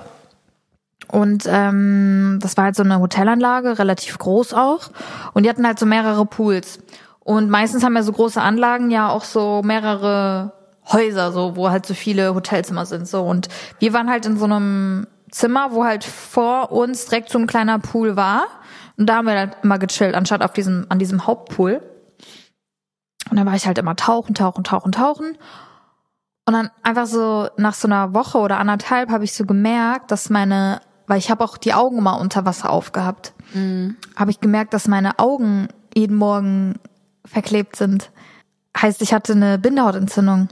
Und ähm, das war halt so eine Hotelanlage, relativ groß auch. Und die hatten halt so mehrere Pools. Und meistens haben ja so große Anlagen ja auch so mehrere Häuser, so wo halt so viele Hotelzimmer sind. So und wir waren halt in so einem Zimmer, wo halt vor uns direkt so ein kleiner Pool war. Und da haben wir halt immer gechillt, anstatt auf diesem, an diesem Hauptpool. Und dann war ich halt immer tauchen, tauchen, tauchen, tauchen. Und dann einfach so nach so einer Woche oder anderthalb habe ich so gemerkt, dass meine, weil ich habe auch die Augen immer unter Wasser aufgehabt, habe ich gemerkt, dass meine Augen jeden Morgen verklebt sind. Heißt, ich hatte eine Bindehautentzündung.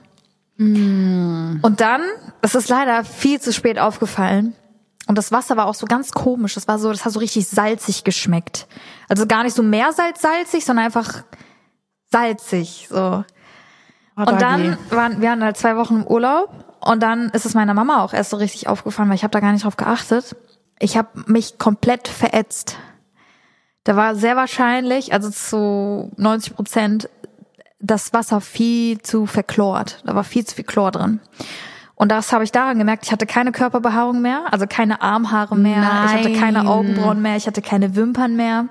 Und dann, das ist leider viel zu spät aufgefallen. Und das Wasser war auch so ganz komisch. Das war so, das hat so richtig salzig geschmeckt. Also gar nicht so Meersalz-salzig, sondern einfach salzig, so. Und dann waren wir hatten halt zwei Wochen im Urlaub und dann ist es meiner Mama auch erst so richtig aufgefallen, weil ich habe da gar nicht drauf geachtet. Ich habe mich komplett verätzt. Da war sehr wahrscheinlich, also zu 90 Prozent, das Wasser viel zu verchlort. Da war viel zu viel Chlor drin. Und das habe ich daran gemerkt, ich hatte keine Körperbehaarung mehr, also keine Armhaare mehr, ich hatte keine Augenbrauen mehr, ich hatte keine Wimpern mehr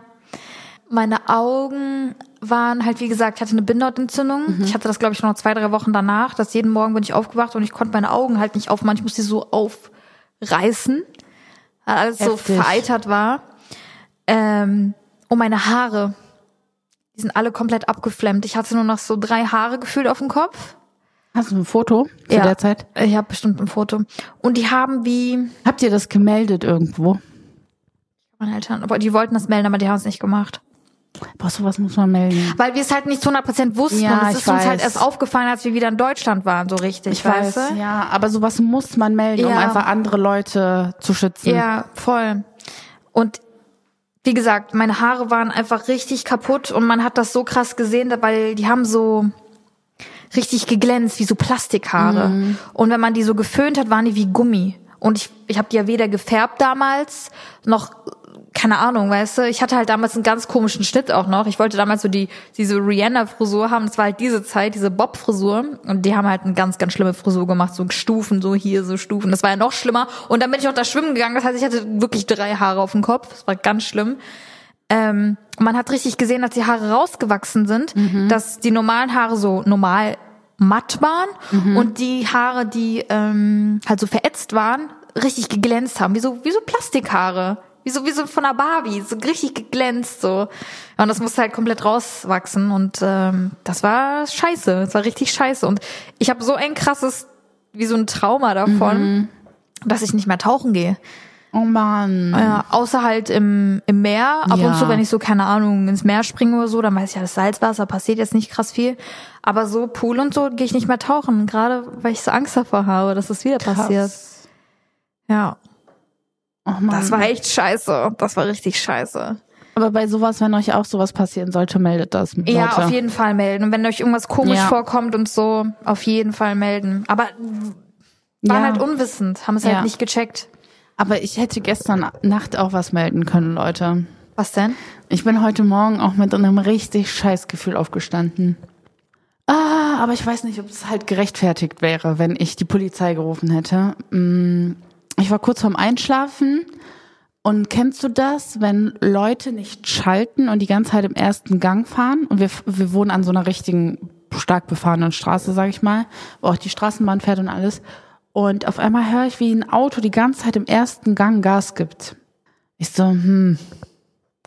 meine Augen waren halt, wie gesagt, ich hatte eine Bindehautentzündung. Ich hatte das, glaube ich, noch zwei, drei Wochen danach, dass jeden Morgen bin ich aufgewacht und ich konnte meine Augen halt nicht aufmachen. Ich musste sie so aufreißen, weil alles so
Heftig.
vereitert war. Ähm, und meine Haare, die sind alle komplett abgeflemmt. Ich hatte nur noch so drei Haare gefühlt auf dem Kopf.
Hast du ein Foto zu
Ja.
der Zeit?
Ich habe bestimmt ein Foto. Und die haben wie
Habt ihr das gemeldet irgendwo?
meine Eltern, aber die wollten das melden, aber die haben es nicht gemacht.
Boah, sowas muss man melden.
Weil wir es halt nicht zu 100% wussten
Ja,
und es
ich
ist uns halt
weiß.
erst aufgefallen, als wir wieder in Deutschland waren, so richtig, weißt du?
ja, aber sowas muss man melden, um
Ja.
einfach andere Leute zu schützen.
Ja, voll. Und wie gesagt, meine Haare waren einfach richtig kaputt und man hat das so krass gesehen, weil die haben so richtig geglänzt, wie so Plastikhaare. Und wenn man die so geföhnt hat, waren die wie Gummi. Und ich, ich habe die ja weder gefärbt damals, noch, keine Ahnung, weißt du, ich hatte halt damals einen ganz komischen Schnitt auch noch. Ich wollte damals so die, diese Rihanna-Frisur haben, das war halt diese Zeit, diese Bob-Frisur. Und die haben halt eine ganz, ganz schlimme Frisur gemacht, so Stufen, so hier, so Stufen. Das war ja noch schlimmer. Und dann bin ich noch da schwimmen gegangen, das heißt, ich hatte wirklich drei Haare auf dem Kopf. Das war ganz schlimm. Ähm, und man hat richtig gesehen, dass die Haare rausgewachsen sind, dass die normalen Haare so normal matt waren und die Haare, die ähm, halt so verätzt waren, richtig geglänzt haben, wie so, wie so Plastikhaare. Wie so, wie so von einer Barbie, so richtig geglänzt, so. Ja, Und das musste halt komplett rauswachsen und ähm, das war scheiße, das war richtig scheiße. Und ich habe so ein krasses, wie so ein Trauma davon, dass ich nicht mehr tauchen gehe.
Oh Mann.
Ja, außer halt im, im Meer. Ab
Ja.
und zu, wenn ich so, keine Ahnung, ins Meer springe oder so, dann weiß ich ja, das Salzwasser passiert jetzt nicht krass viel. Aber so Pool und so gehe ich nicht mehr tauchen. Gerade weil ich so Angst davor habe, dass es wieder passiert. Ja.
Oh Mann.
Das war echt scheiße. Das war richtig scheiße.
Aber bei sowas, wenn euch auch sowas passieren sollte, meldet das. Leute.
Ja, auf jeden Fall melden. Und wenn euch irgendwas komisch
Ja.
vorkommt und so, auf jeden Fall melden. Aber
Ja.
waren halt unwissend, haben es
Ja.
halt nicht gecheckt.
Aber ich hätte gestern Nacht auch was melden können, Leute.
Was denn?
Ich bin heute Morgen auch mit einem richtig scheiß Gefühl aufgestanden. Ah, aber ich weiß nicht, ob es halt gerechtfertigt wäre, wenn ich die Polizei gerufen hätte. Mm, Ich war kurz vorm Einschlafen und kennst du das, wenn Leute nicht schalten und die ganze Zeit im ersten Gang fahren und wir, wir wohnen an so einer richtigen stark befahrenen Straße, sag ich mal, wo auch die Straßenbahn fährt und alles. Und auf einmal höre ich, wie ein Auto die ganze Zeit im ersten Gang Gas gibt. Ich so, hm,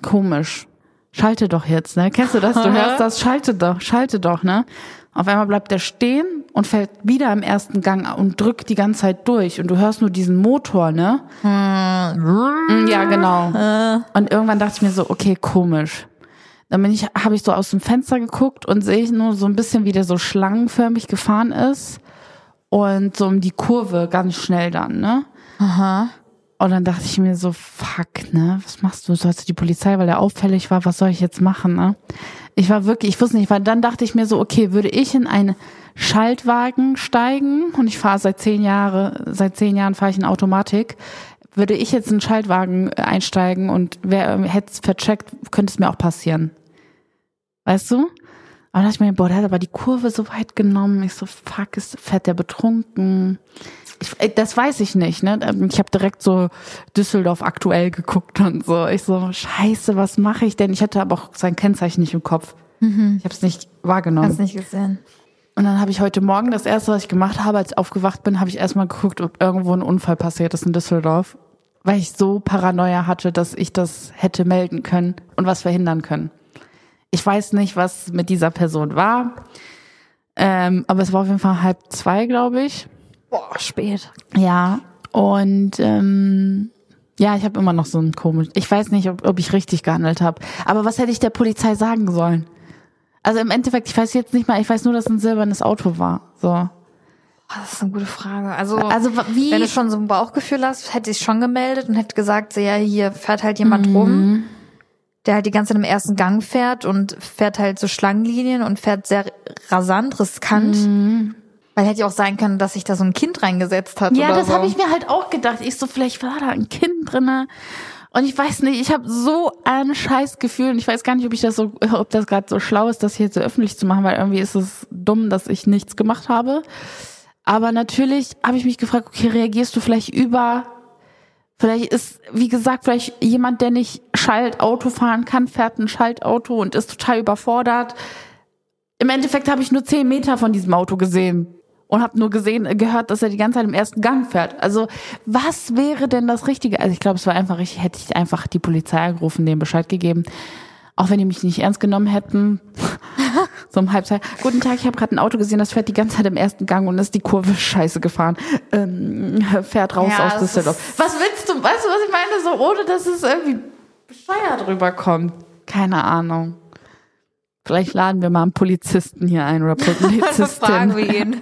komisch. Schalte doch jetzt, ne? Kennst du das? Du hörst das, schalte doch, schalte doch, ne? Auf einmal bleibt er stehen und fällt wieder im ersten Gang und drückt die ganze Zeit durch und du hörst nur diesen Motor, ne? Mm, Ja, genau. Und irgendwann dachte ich mir so, okay, komisch. Dann bin ich, habe ich so aus dem Fenster geguckt und sehe ich nur so ein bisschen, wie der so schlangenförmig gefahren ist und so um die Kurve ganz schnell dann, ne? Und dann dachte ich mir so, fuck, ne? Was machst du? Sollst du die Polizei, weil der auffällig war, was soll ich jetzt machen, ne? Ich war wirklich, ich wusste nicht, weil dann dachte ich mir so, okay, würde ich in einen Schaltwagen steigen und ich fahre seit zehn Jahre, seit zehn Jahren fahre ich in Automatik, würde ich jetzt in einen Schaltwagen äh, einsteigen und wer ähm, hätte es vercheckt, könnte es mir auch passieren. Weißt du? Aber dann dachte ich mir, boah, der hat aber die Kurve so weit genommen. Ich so, fuck, ist, fährt der betrunken? Ich, äh, das weiß ich nicht, ne? Ähm, Ich habe direkt so Düsseldorf aktuell geguckt und so. Ich so, scheiße, was mache ich denn? Ich hatte aber auch sein Kennzeichen nicht im Kopf. Ich habe es nicht wahrgenommen.
Hast nicht gesehen.
Und dann habe ich heute Morgen das erste, was ich gemacht habe, als ich aufgewacht bin, habe ich erstmal geguckt, ob irgendwo ein Unfall passiert ist in Düsseldorf, weil ich so Paranoia hatte, dass ich das hätte melden können und was verhindern können. Ich weiß nicht, was mit dieser Person war, ähm, aber es war auf jeden Fall halb zwei, glaube ich.
Boah, spät.
Ja, und ähm, ja, ich habe immer noch so ein komisch. Ich weiß nicht, ob, ob ich richtig gehandelt habe. Aber was hätte ich der Polizei sagen sollen? Also im Endeffekt, ich weiß jetzt nicht mal, ich weiß nur, dass ein silbernes Auto war. So.
Boah, Ah, das ist eine gute Frage. Also,
Also wa- wie?
Wenn du schon so ein Bauchgefühl hast, hätte ich schon gemeldet und hätte gesagt, so, ja, hier fährt halt jemand
Mhm.
rum, der halt die ganze Zeit im ersten Gang fährt und fährt halt so Schlangenlinien und fährt sehr rasant, riskant. Weil hätte ja auch sein können, dass sich da so ein Kind reingesetzt hat.
Mhm. ja,
oder
das
so.
habe ich mir halt auch gedacht. Ich so, vielleicht war da ein Kind drinne. Und ich weiß nicht, ich habe so ein Scheißgefühl und ich weiß gar nicht, ob ich das so, äh, ob das gerade so schlau ist, das hier so öffentlich zu machen, weil irgendwie ist es dumm, dass ich nichts gemacht habe. Aber natürlich habe ich mich gefragt, okay, reagierst du vielleicht über? Vielleicht ist, wie gesagt, vielleicht jemand, der nicht Schaltauto fahren kann, fährt ein Schaltauto und ist total überfordert. Im Endeffekt habe ich nur zehn Meter von diesem Auto gesehen und habe nur gesehen, äh, gehört, dass er die ganze Zeit im ersten Gang fährt. Also was wäre denn das Richtige? Also ich glaube, es war einfach, ich hätte ich einfach
(laughs)
die Polizei angerufen, denen Bescheid gegeben, auch wenn die mich nicht ernst genommen hätten. So um halb zwei. Guten Tag, ich habe gerade ein Auto gesehen, das fährt die ganze Zeit im ersten Gang und ist die Kurve scheiße gefahren. Ähm, fährt raus
Ja,
aus
das ist-
Düsseldorf. Was willst du? Weißt du, was ich meine? So ohne, dass es irgendwie bescheuert rüberkommt. Keine Ahnung. Vielleicht laden wir mal einen Polizisten hier ein (laughs) oder
Fragen
Polizistin.
wir (laughs) ihn.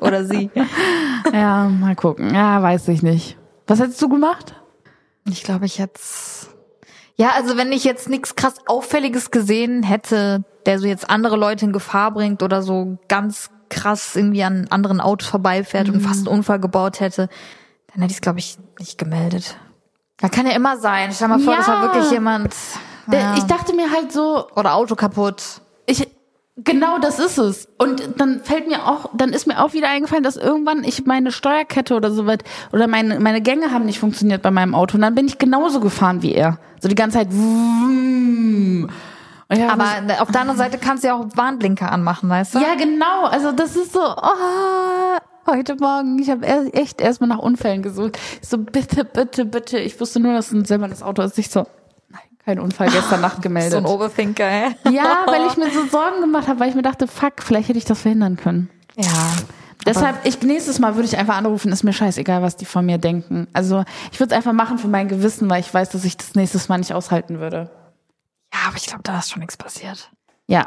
Oder sie.
ja, mal gucken. Ja, weiß ich nicht. Was hättest du gemacht?
Ich glaube, ich jetzt. Ja, also wenn ich jetzt nichts krass Auffälliges gesehen hätte, der so jetzt andere Leute in Gefahr bringt oder so ganz krass irgendwie an anderen Autos vorbeifährt
Mhm.
und fast einen Unfall gebaut hätte, dann hätte ich es, glaube ich, nicht gemeldet. Da kann ja immer sein. Stell mal vor, das war
Ja.
wirklich jemand. Ja.
Ich dachte mir halt so,
oder Auto kaputt.
ich genau das ist es und dann fällt mir auch dann ist mir auch wieder eingefallen dass irgendwann ich meine Steuerkette oder so was oder meine meine Gänge haben nicht funktioniert bei meinem Auto und dann bin ich genauso gefahren wie er so die ganze Zeit vroom. und ja,
Aber auf der anderen Seite kannst du ja auch Warnblinker anmachen, weißt du?
ja genau also das ist so oh, heute morgen ich habe er- echt erstmal nach Unfällen gesucht ich so bitte bitte bitte ich wusste nur dass ein selber das Auto ist ich so nein kein Unfall
(laughs)
gestern Nacht
So ein
gemeldet
Oberfinker, ey.
ja weil ich mir so Sorgen gemacht habe weil ich mir dachte fuck vielleicht hätte ich das verhindern können
(laughs) Ja.
Deshalb, ich, nächstes Mal würde ich einfach anrufen, ist mir scheißegal, was die von mir denken. Also ich würde es einfach machen für mein Gewissen, weil ich weiß, dass ich das nächstes Mal nicht aushalten würde.
Ja, aber ich glaube, da ist schon nichts passiert.
Ja,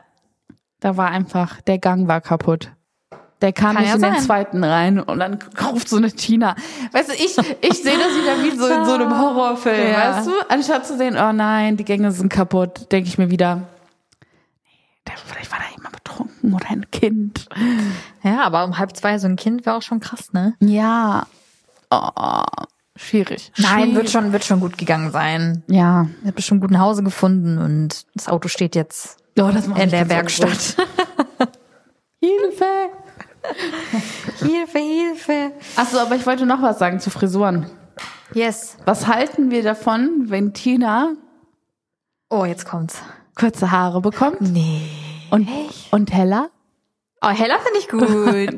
da war einfach, der Gang war kaputt. Der kam
Kann
nicht
ja
in den
sein.
zweiten rein und dann ruft so eine Tina. Weißt du, ich, ich sehe das wieder wie so in so
(laughs)
einem Horrorfilm,
Ja.
weißt du? Anstatt zu sehen, oh nein, die Gänge sind kaputt, denke ich mir wieder, nee, der- vielleicht war da jemand betrunken oder ein Kind.
Ja, aber um halb zwei so ein Kind wäre auch schon krass, ne?
Ja, oh, schwierig.
Nein,
schwierig.
wird schon, wird schon gut gegangen sein.
Ja.
Ich habe bestimmt gut nach Hause gefunden und das Auto steht jetzt
Ja, Oh, das macht
in der Werkstatt.
Hilfe!
(laughs) Hilfe, Hilfe.
Achso, aber ich wollte noch was sagen zu Frisuren.
Yes.
Was halten wir davon, wenn Tina
Oh, jetzt kommt's.
kurze Haare bekommt
Nee.
und, und heller?
Oh, Hella finde ich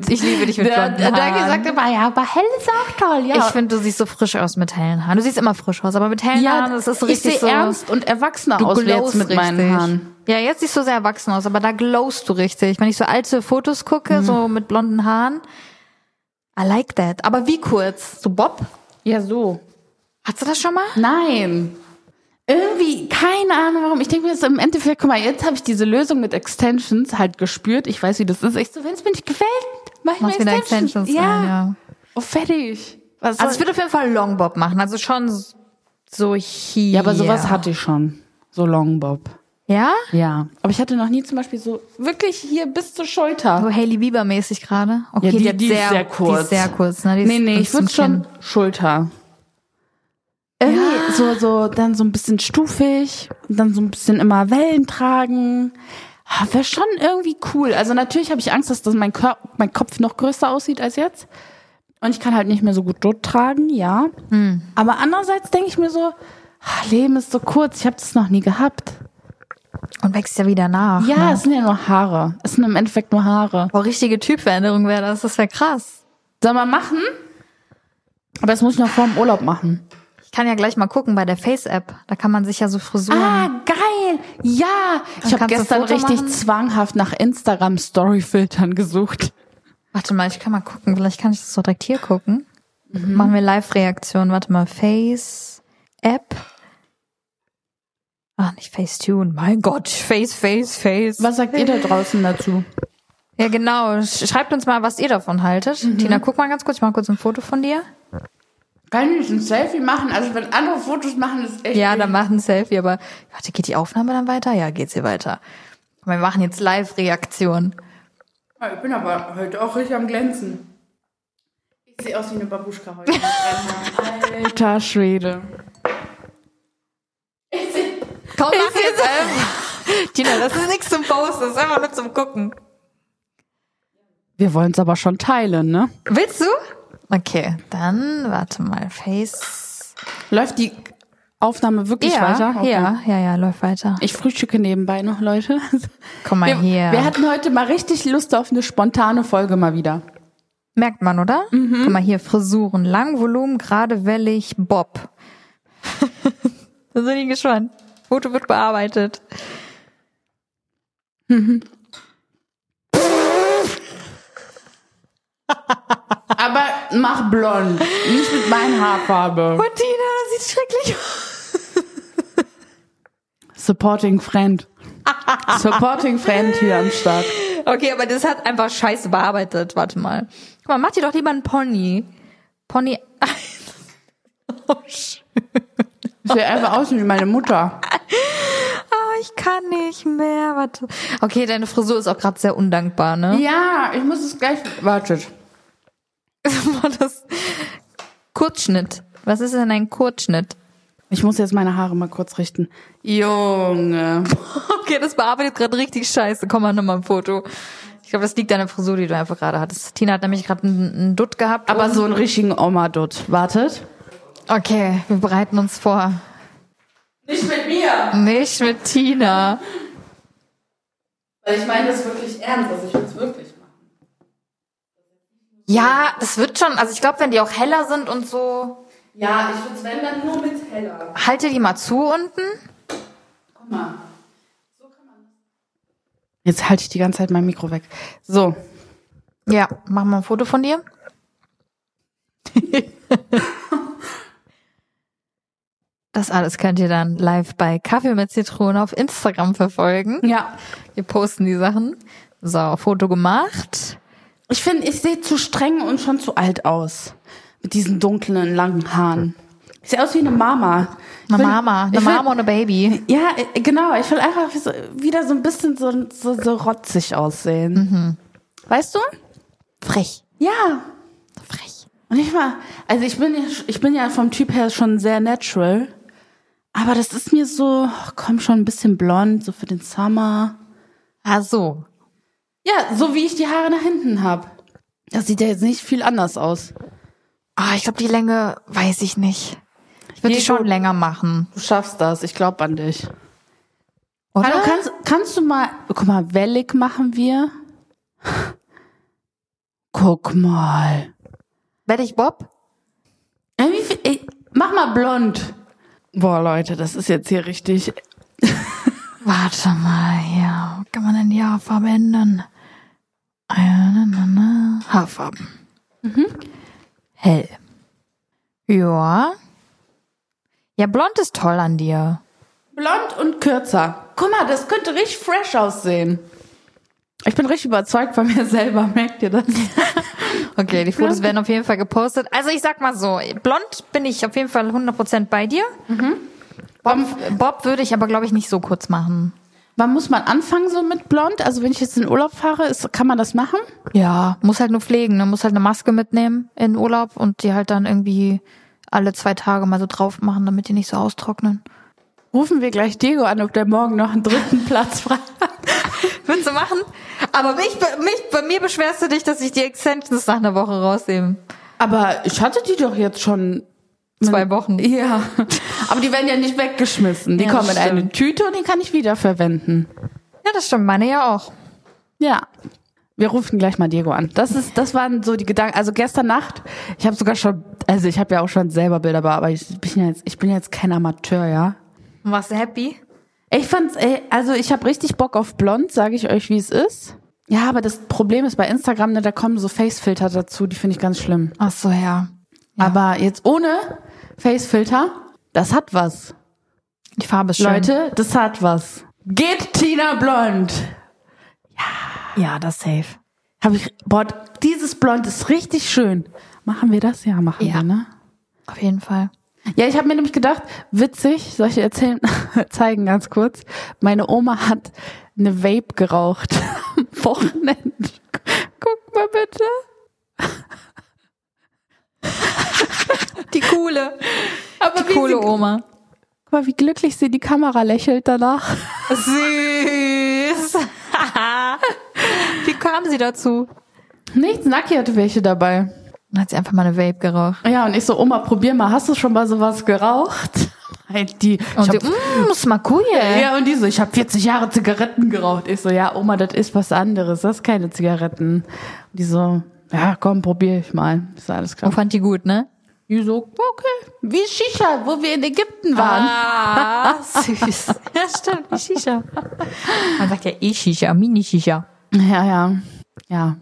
(laughs)
gut. Ich liebe dich mit blonden Haaren.
immer, ja, aber hell ist auch toll,
ich finde, du siehst so frisch aus mit hellen Haaren. Du siehst immer frisch aus, aber mit hellen Haaren das ist
ich
richtig
sehe
so.
ernst und erwachsener aus wie jetzt
glowst
mit meinen
richtig.
Haaren.
Ja, jetzt siehst du sehr erwachsen aus, aber da glowst du richtig. Wenn ich so alte Fotos
Hm.
gucke, so mit blonden Haaren. I like that. Aber wie kurz? So Bob?
Ja, so.
Hast du das schon mal?
Nein. Irgendwie, keine Ahnung warum. Ich denke mir jetzt im Endeffekt, guck mal, jetzt habe ich diese Lösung mit Extensions halt gespürt. Ich weiß, wie das ist. Ich so, wenn es mir nicht gefällt, mach ich mir
Machst wieder
Extensions.
Extensions
ja.
rein, ja.
Oh, fertig. Was
Also ich würde auf jeden Fall Long Bob machen, also schon so hier.
Ja, aber sowas hatte ich schon. So Longbob.
Ja?
Ja. Aber ich hatte noch nie zum Beispiel so wirklich hier bis zur Schulter.
So Hailey Bieber mäßig gerade. Okay,
Ja, die-
hat
die ist sehr
Die
kurz.
ist sehr kurz, ne? Die
Nee,
ist
nee,
bis
ich würde
zum
schon
Kinn.
Schulter. Irgendwie so, so, dann so ein bisschen stufig und dann so ein bisschen immer Wellen tragen. Wäre schon irgendwie cool. Also natürlich habe ich Angst, dass das mein, Kör mein Kopf noch größer aussieht als jetzt. Und ich kann halt nicht mehr so gut dort tragen, ja. Aber andererseits denke ich mir so, ah, Leben ist so kurz, ich habe das noch nie gehabt.
Und wächst ja wieder nach.
Ja,
Ne?
es sind ja nur Haare. Es sind im Endeffekt nur Haare.
Boah, richtige Typveränderung wäre das. Das wäre krass.
Soll man machen? Aber das muss ich noch vor dem Urlaub machen.
Ich kann ja gleich mal gucken bei der Face-App. Da kann man sich ja so Frisuren.
Ah. geil! Ja!
Dann
Ich habe
kannst du
gestern
Foto
richtig
machen.
zwanghaft nach Instagram-Story-Filtern gesucht.
Warte mal, ich kann mal gucken. Vielleicht kann ich das so direkt hier gucken. Machen wir Live-Reaktion. Warte mal, Face-App. Ach, nicht Facetune. Mein Gott, Face, Face, Face.
Was sagt ihr da draußen dazu?
Ja, genau. Sch- Schreibt uns mal, was ihr davon haltet. Tina, guck mal ganz kurz. Ich mach kurz ein Foto von dir.
Kann ich ein Selfie machen? Also wenn andere Fotos machen, ist echt...
Ja, dann mach ein Selfie. Aber warte, geht die Aufnahme dann weiter? Ja, geht sie weiter. Wir machen jetzt Live-Reaktion.
Ich bin aber heute auch richtig am Glänzen. Ich sehe aus wie eine Babuschka heute. Alter Schwede.
Komm, mach jetzt einfach. Tina, das ist nichts zum Posten. Das ist einfach nur zum Gucken.
Wir wollen es aber schon teilen, ne?
Willst du? Okay, dann warte mal. Face.
Läuft die Aufnahme wirklich weiter?
ja, ja, ja, läuft weiter.
Ich frühstücke nebenbei noch, Leute.
Komm mal
Wir,
hier.
wir hatten heute mal richtig Lust auf eine spontane Folge mal wieder.
Merkt man, oder? Guck mal hier, Frisuren, Langvolumen, gerade wellig, Bob. (laughs) da sind die gespannt. Foto wird bearbeitet.
mach blond. Nicht mit meiner Haarfarbe.
Martina, das sieht schrecklich aus.
Supporting Friend. Supporting Friend hier am Start.
Okay, aber das hat einfach scheiße bearbeitet. Warte mal. Guck mal, mach dir doch lieber einen Pony. Pony. Oh, sch-
Ich sehe einfach aus wie meine Mutter.
oh, ich kann nicht mehr. Warte. Okay, deine Frisur ist auch gerade sehr undankbar, ne?
Ja, ich muss es gleich. Wartet.
War (laughs) das Kurzschnitt. Was ist denn ein Kurzschnitt?
Ich muss jetzt meine Haare mal kurz richten. Junge.
Okay, das bearbeitet gerade richtig scheiße. Komm mal nochmal ein Foto. Ich glaube, das liegt an der Frisur, die du einfach gerade hattest. Tina hat nämlich gerade einen, einen Dutt gehabt.
Aber so einen richtigen Oma-Dutt. Wartet.
Okay, wir bereiten uns vor.
Nicht mit mir.
Nicht mit Tina.
Weil ich meine das wirklich ernst. Also ich will es wirklich machen.
Ja, das wird schon. Also ich glaube, wenn die auch heller sind und so,
Ja, ich würde es wenn dann nur mit heller.
halte die mal zu unten.
Guck mal. Jetzt halte ich die ganze Zeit mein Mikro weg. So.
Ja, mach mal ein Foto von dir. (laughs) Das alles könnt ihr dann live bei Kaffee mit Zitrone auf Instagram verfolgen.
Ja.
Wir posten die Sachen. So, Foto gemacht.
Ich finde, ich sehe zu streng und schon zu alt aus. Mit diesen dunklen, langen Haaren. Ich sehe aus wie eine Mama. Ich
Eine
will-
Mama, eine
ich will-
Mama und ein Baby.
Ja, äh, genau. Ich will einfach so, wieder so ein bisschen so, so, so rotzig aussehen.
Mhm.
Weißt du?
Frech,
Ja.
frech.
Und ich war, also ich bin ja, ich bin ja vom Typ her schon sehr natural. Aber das ist mir so, komm schon ein bisschen blond, so für den Summer.
Ah, so.
Ja, so wie ich die Haare nach hinten habe. Das sieht ja jetzt nicht viel anders aus.
Ah, ich glaube, die Länge weiß ich nicht. Ich würde
Nee,
die schon
du-
länger machen.
Du schaffst das, ich glaube an dich.
Oder?
Hallo, kannst, kannst du mal, guck mal, wellig machen wir. Guck mal.
Werde ich Bob?
Ey, wie viel, ey, mach mal blond. Boah, Leute, das ist jetzt hier richtig.
Warte mal, ja. Kann man denn die Haarfarbe ändern? Ah, na, na, na. Haarfarben. Mhm. Hell. Ja. Ja, blond ist toll an dir.
Blond und kürzer. Guck mal, das könnte richtig fresh aussehen. Ich bin richtig überzeugt von mir selber, (laughs) merkt ihr das?
Okay, die Fotos werden auf jeden Fall gepostet. Also ich sag mal so, blond bin ich auf jeden Fall 100% bei dir. Bob, Bob würde ich aber, glaube ich, nicht so kurz machen.
Wann muss man anfangen so mit blond? Also wenn ich jetzt in den Urlaub fahre, ist, kann man das machen?
Ja, muss halt nur pflegen, ne? muss halt eine Maske mitnehmen in den Urlaub und die halt dann irgendwie alle zwei Tage mal so drauf machen, damit die nicht so austrocknen.
Rufen wir gleich Diego an, ob der morgen noch einen dritten (laughs) Platz frei hat.
Würdest du machen? Aber mich, mich, bei mir beschwerst du dich, dass ich die Extensions nach einer Woche rausnehme.
Aber ich hatte die doch jetzt schon.
Zwei Wochen.
Ja. (laughs) Aber die werden ja nicht weggeschmissen. Die
Ja,
kommen in
das
eine
stimmt.
Tüte und die kann ich wiederverwenden.
Ja, das stimmt, meine ja auch.
Ja. Wir rufen gleich mal Diego an. Das ist, das waren so die Gedanken. Also gestern Nacht, ich habe sogar schon, also ich habe ja auch schon selber Bilder bearbeitet. Ich bin ja jetzt, ich bin jetzt kein Amateur, ja.
Und warst du happy?
Ich fand's, ey, also ich habe richtig Bock auf Blond, sage ich euch, wie es ist. Ja, aber das Problem ist bei Instagram, ne, da kommen so Facefilter dazu, die finde ich ganz schlimm.
Ach so, ja.
Aber jetzt ohne Facefilter, das hat was.
Die Farbe ist schön.
Leute, das hat was. Geht Tina blond.
Ja, das safe.
Hab ich, boah, dieses Blond ist richtig schön. Machen wir das? Ja, machen
Ja.
wir, ne?
Auf jeden Fall.
Ja, ich habe mir nämlich gedacht, witzig, soll ich dir erzählen, (laughs) zeigen ganz kurz. Meine Oma hat eine Vape geraucht am (laughs) Wochenende. Guck mal bitte.
Die coole.
Aber
Die coole Oma.
Guck mal, wie glücklich sie in die Kamera lächelt danach.
Süß. (laughs) Wie kam sie dazu?
Nichts, Naki hatte welche dabei.
Dann hat sie einfach mal eine Vape geraucht.
Ja, und ich so, Oma, probier mal, hast du schon mal sowas geraucht? (laughs) Halt die. ich
Und
hab-
sie, mm, ist mal cool.
ja, und die so, ich habe 40 Jahre Zigaretten geraucht. Ich so, ja, Oma, das ist was anderes, das ist keine Zigaretten. Und die so, ja, komm, probier ich mal. Ich so, alles klar.
Und fand die gut, ne?
Die so, okay. Wie Shisha, wo wir in Ägypten waren.
Ah, (laughs) süß. Ja, stimmt, die Shisha. Man sagt ja eh Shisha, Mini-Shisha.
Ja, ja. Ja.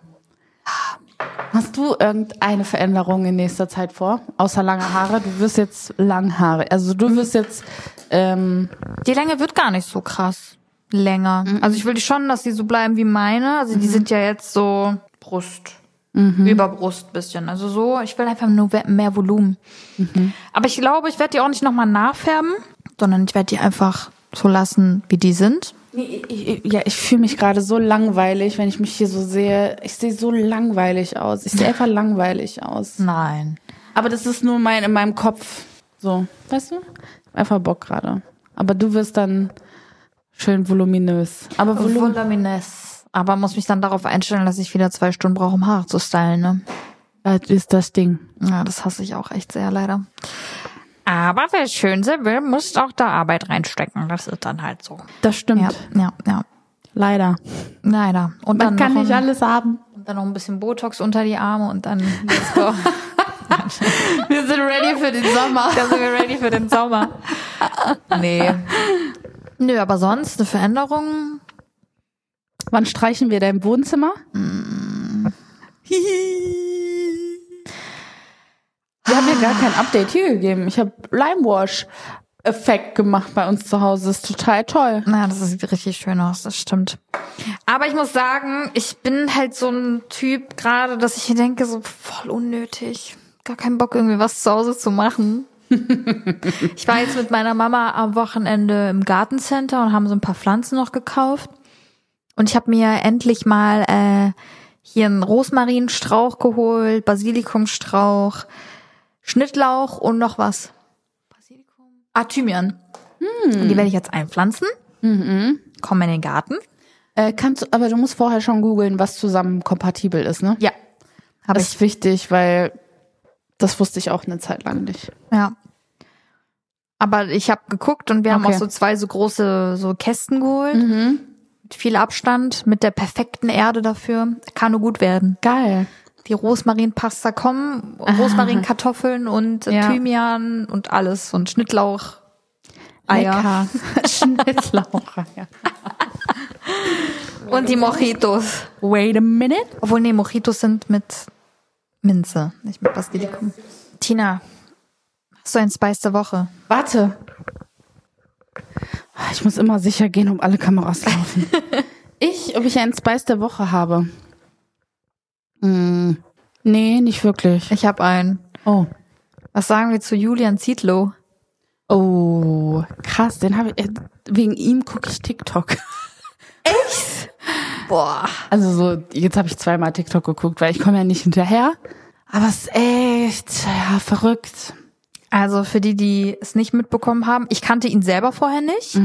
Hast du irgendeine Veränderung in nächster Zeit vor? Außer lange Haare? Du wirst jetzt lang Haare. Also du wirst jetzt ähm,
Die Länge wird gar nicht so krass länger. Also ich will die schon, dass die so bleiben wie meine. Also die sind ja jetzt so Brust. Über Brust bisschen. Also so, ich will einfach nur we- mehr Volumen. Aber ich glaube, ich werde die auch nicht nochmal nachfärben, sondern ich werde die einfach so lassen, wie die sind.
Nee, ich, ich- ja, ich fühle mich gerade so langweilig, wenn ich mich hier so sehe. Ich sehe so langweilig aus. Ich sehe einfach langweilig aus.
Nein.
Aber das ist nur mein in meinem Kopf. So, weißt du? Einfach Bock gerade. Aber du wirst dann schön voluminös. Aber Volumen.
Voluminous. Aber muss mich dann darauf einstellen, dass ich wieder zwei Stunden brauche, um Haare zu stylen. Ne?
Das Äh, ist das Ding.
Ja, das hasse ich auch echt sehr, leider. Aber wer schön sein will, muss auch da Arbeit reinstecken. Das ist dann halt so.
Das stimmt.
Ja, ja, ja.
Leider.
Leider. Und
Man
dann,
kann
noch
nicht
ein,
alles haben.
und dann noch ein bisschen Botox unter die Arme und dann let's go.
(laughs) Wir sind ready für den Sommer.
dann sind wir ready für
(laughs)
den Sommer. Nee. Nö, aber sonst eine Veränderung?
Wann streichen wir dein Wohnzimmer? Mm. (laughs) wir haben ja gar kein Update hier gegeben. Ich habe Limewash-Effekt gemacht bei uns zu Hause. Ist total toll.
Naja, das sieht richtig schön aus, das stimmt. Aber ich muss sagen, ich bin halt so ein Typ gerade, dass ich hier denke, so voll unnötig. Gar keinen Bock, irgendwie was zu Hause zu machen. ich war jetzt mit meiner Mama am Wochenende im Gartencenter und haben so ein paar Pflanzen noch gekauft. Und ich habe mir endlich mal äh, hier einen Rosmarinstrauch geholt, Basilikumstrauch, Schnittlauch und noch was. Basilikum? Ah, Thymian. Und die werde ich jetzt einpflanzen. Kommen in den Garten.
Äh, kannst, du- aber du musst vorher schon googeln, was zusammen kompatibel ist, ne?
Ja. Habe
Das
ich.
ist wichtig, weil das wusste ich auch eine Zeit lang nicht.
Ja. Aber ich habe geguckt und wir haben
Okay. Mhm.
auch so zwei so große so Kästen geholt. Mit viel Abstand, mit der perfekten Erde dafür. Kann nur gut werden.
Geil.
Die Rosmarinpasta kommen, Rosmarinkartoffeln und
Ah. Ja.
Thymian und alles und Schnittlauch. Eier.
(laughs) Schnittlauch. ja.
(laughs) Und die Mojitos.
Wait a minute.
Obwohl, nee, Mojitos sind mit Minze, nicht mit Basilikum. Tina, hast du ein Spice der Woche?
Warte. Ich muss immer sicher gehen, ob alle Kameras (laughs) laufen. ich, ob ich einen Spice der Woche habe. Hm. Nee, nicht wirklich.
Ich habe einen.
Oh.
Was sagen wir zu Julian Zietlow?
Oh, krass, den habe ich. äh, Wegen ihm gucke ich TikTok. (laughs)
Boah.
Also so, jetzt habe ich zweimal TikTok geguckt, weil ich komme ja nicht hinterher. Aber es ist echt ja, verrückt.
Also für die, die es nicht mitbekommen haben, ich kannte ihn selber vorher nicht.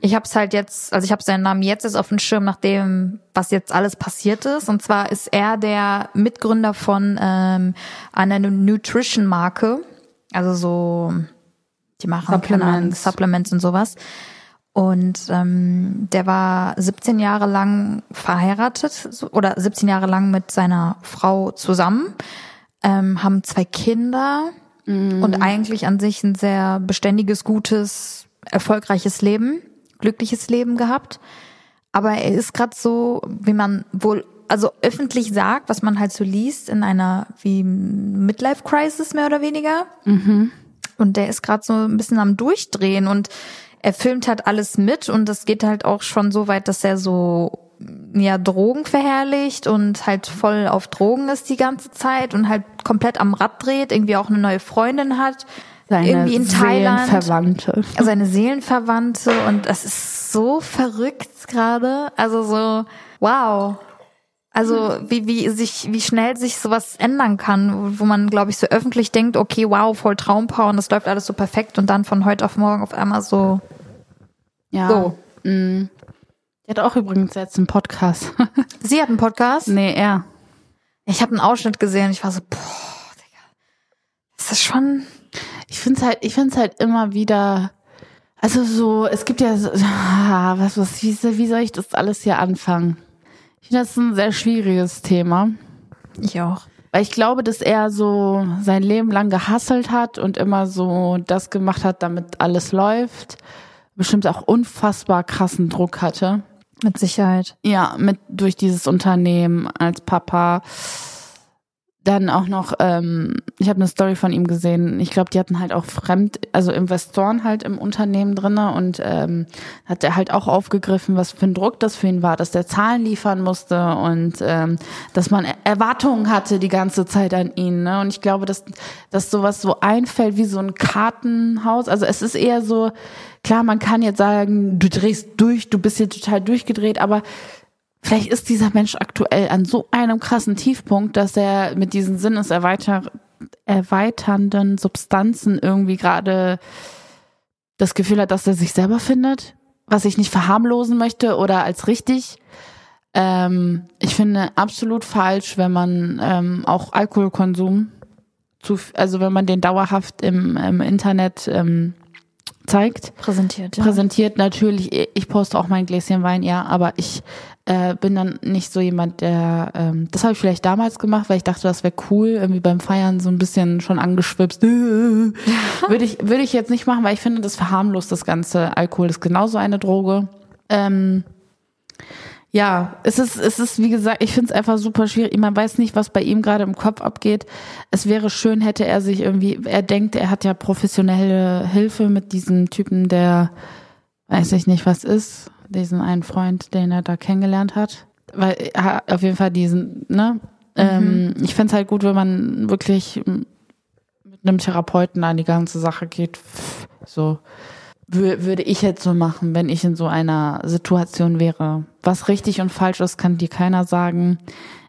Ich habe es halt jetzt, also ich habe seinen Namen jetzt erst auf dem Schirm, nachdem was jetzt alles passiert ist. Und zwar ist er der Mitgründer von ähm, einer Nutrition Marke, also so die machen keine Ahnung,
Supplements.
Supplements und sowas. Und ähm, der war 17 Jahre lang verheiratet so- oder 17 Jahre lang mit seiner Frau zusammen, ähm, haben zwei Kinder und eigentlich an sich ein sehr beständiges, gutes, erfolgreiches Leben, glückliches Leben gehabt. Aber er ist gerade so, wie man wohl, also öffentlich sagt, was man halt so liest, in einer wie Midlife-Crisis mehr oder weniger. Und der ist gerade so ein bisschen am Durchdrehen und er filmt halt alles mit und das geht halt auch schon so weit, dass er so ja Drogen verherrlicht und halt voll auf Drogen ist die ganze Zeit und halt komplett am Rad dreht, irgendwie auch eine neue Freundin hat, irgendwie in Thailand
Seelenverwandte.
seine Seelenverwandte und das ist so verrückt gerade. Also so, wow. Also wie, wie sich, wie schnell sich sowas ändern kann, wo man, glaube ich, so öffentlich denkt, okay, wow, voll Traumpaar und das läuft alles so perfekt und dann von heute auf morgen auf einmal so.
Ja.
So.
Mhm. Der hat auch übrigens jetzt einen Podcast. (laughs)
Sie hat einen Podcast.
nee, er.
Ich habe einen Ausschnitt gesehen und ich war so, boah, Digga. Ist das schon.
Ich finde es halt, ich find's halt immer wieder. Also so, es gibt ja so, (laughs) ah, was, was, wie, wie soll ich das alles hier anfangen? Ich finde, das ist ein sehr schwieriges Thema.
Ich auch.
Weil ich glaube, dass er so sein Leben lang gehasselt hat und immer so das gemacht hat, damit alles läuft. Bestimmt auch unfassbar krassen Druck hatte.
Mit Sicherheit.
Ja, mit durch dieses Unternehmen als Papa. dann auch noch, ähm, ich habe eine Story von ihm gesehen. Ich glaube, die hatten halt auch fremd, also Investoren halt im Unternehmen drinne und ähm, hat er halt auch aufgegriffen, was für ein Druck das für ihn war, dass der Zahlen liefern musste und ähm, dass man Erwartungen hatte die ganze Zeit an ihn. Ne? Und ich glaube, dass dass sowas so einfällt wie so ein Kartenhaus. Also es ist eher so klar, man kann jetzt sagen, du drehst durch, du bist hier total durchgedreht, aber Vielleicht ist dieser Mensch aktuell an so einem krassen Tiefpunkt, dass er mit diesen sinneserweiter erweiternden Substanzen irgendwie gerade das Gefühl hat, dass er sich selber findet, was ich nicht verharmlosen möchte oder als richtig. Ähm, ich finde absolut falsch, wenn man ähm, auch Alkoholkonsum, zu, also wenn man den dauerhaft im, im Internet ähm, zeigt.
Präsentiert, ja.
Präsentiert natürlich, ich poste auch mein Gläschen Wein, ja, aber ich äh, bin dann nicht so jemand, der, ähm, das habe ich vielleicht damals gemacht, weil ich dachte, das wäre cool, irgendwie beim Feiern so ein bisschen schon angeschwipst. (laughs) würde ich, würde ich jetzt nicht machen, weil ich finde, das verharmlost das Ganze. Alkohol ist genauso eine Droge. Ähm, ja, es ist, es ist, wie gesagt, ich finde es einfach super schwierig. Man weiß nicht, was bei ihm gerade im Kopf abgeht. Es wäre schön, hätte er sich irgendwie, er denkt, er hat ja professionelle Hilfe mit diesem Typen, der weiß ich nicht, was ist, diesen einen Freund, den er da kennengelernt hat. Weil er auf jeden Fall diesen, ne? Ähm, ich fände es halt gut, wenn man wirklich mit einem Therapeuten an die ganze Sache geht. So wür- würde ich jetzt so machen, wenn ich in so einer Situation wäre. Was richtig und falsch ist, kann dir keiner sagen.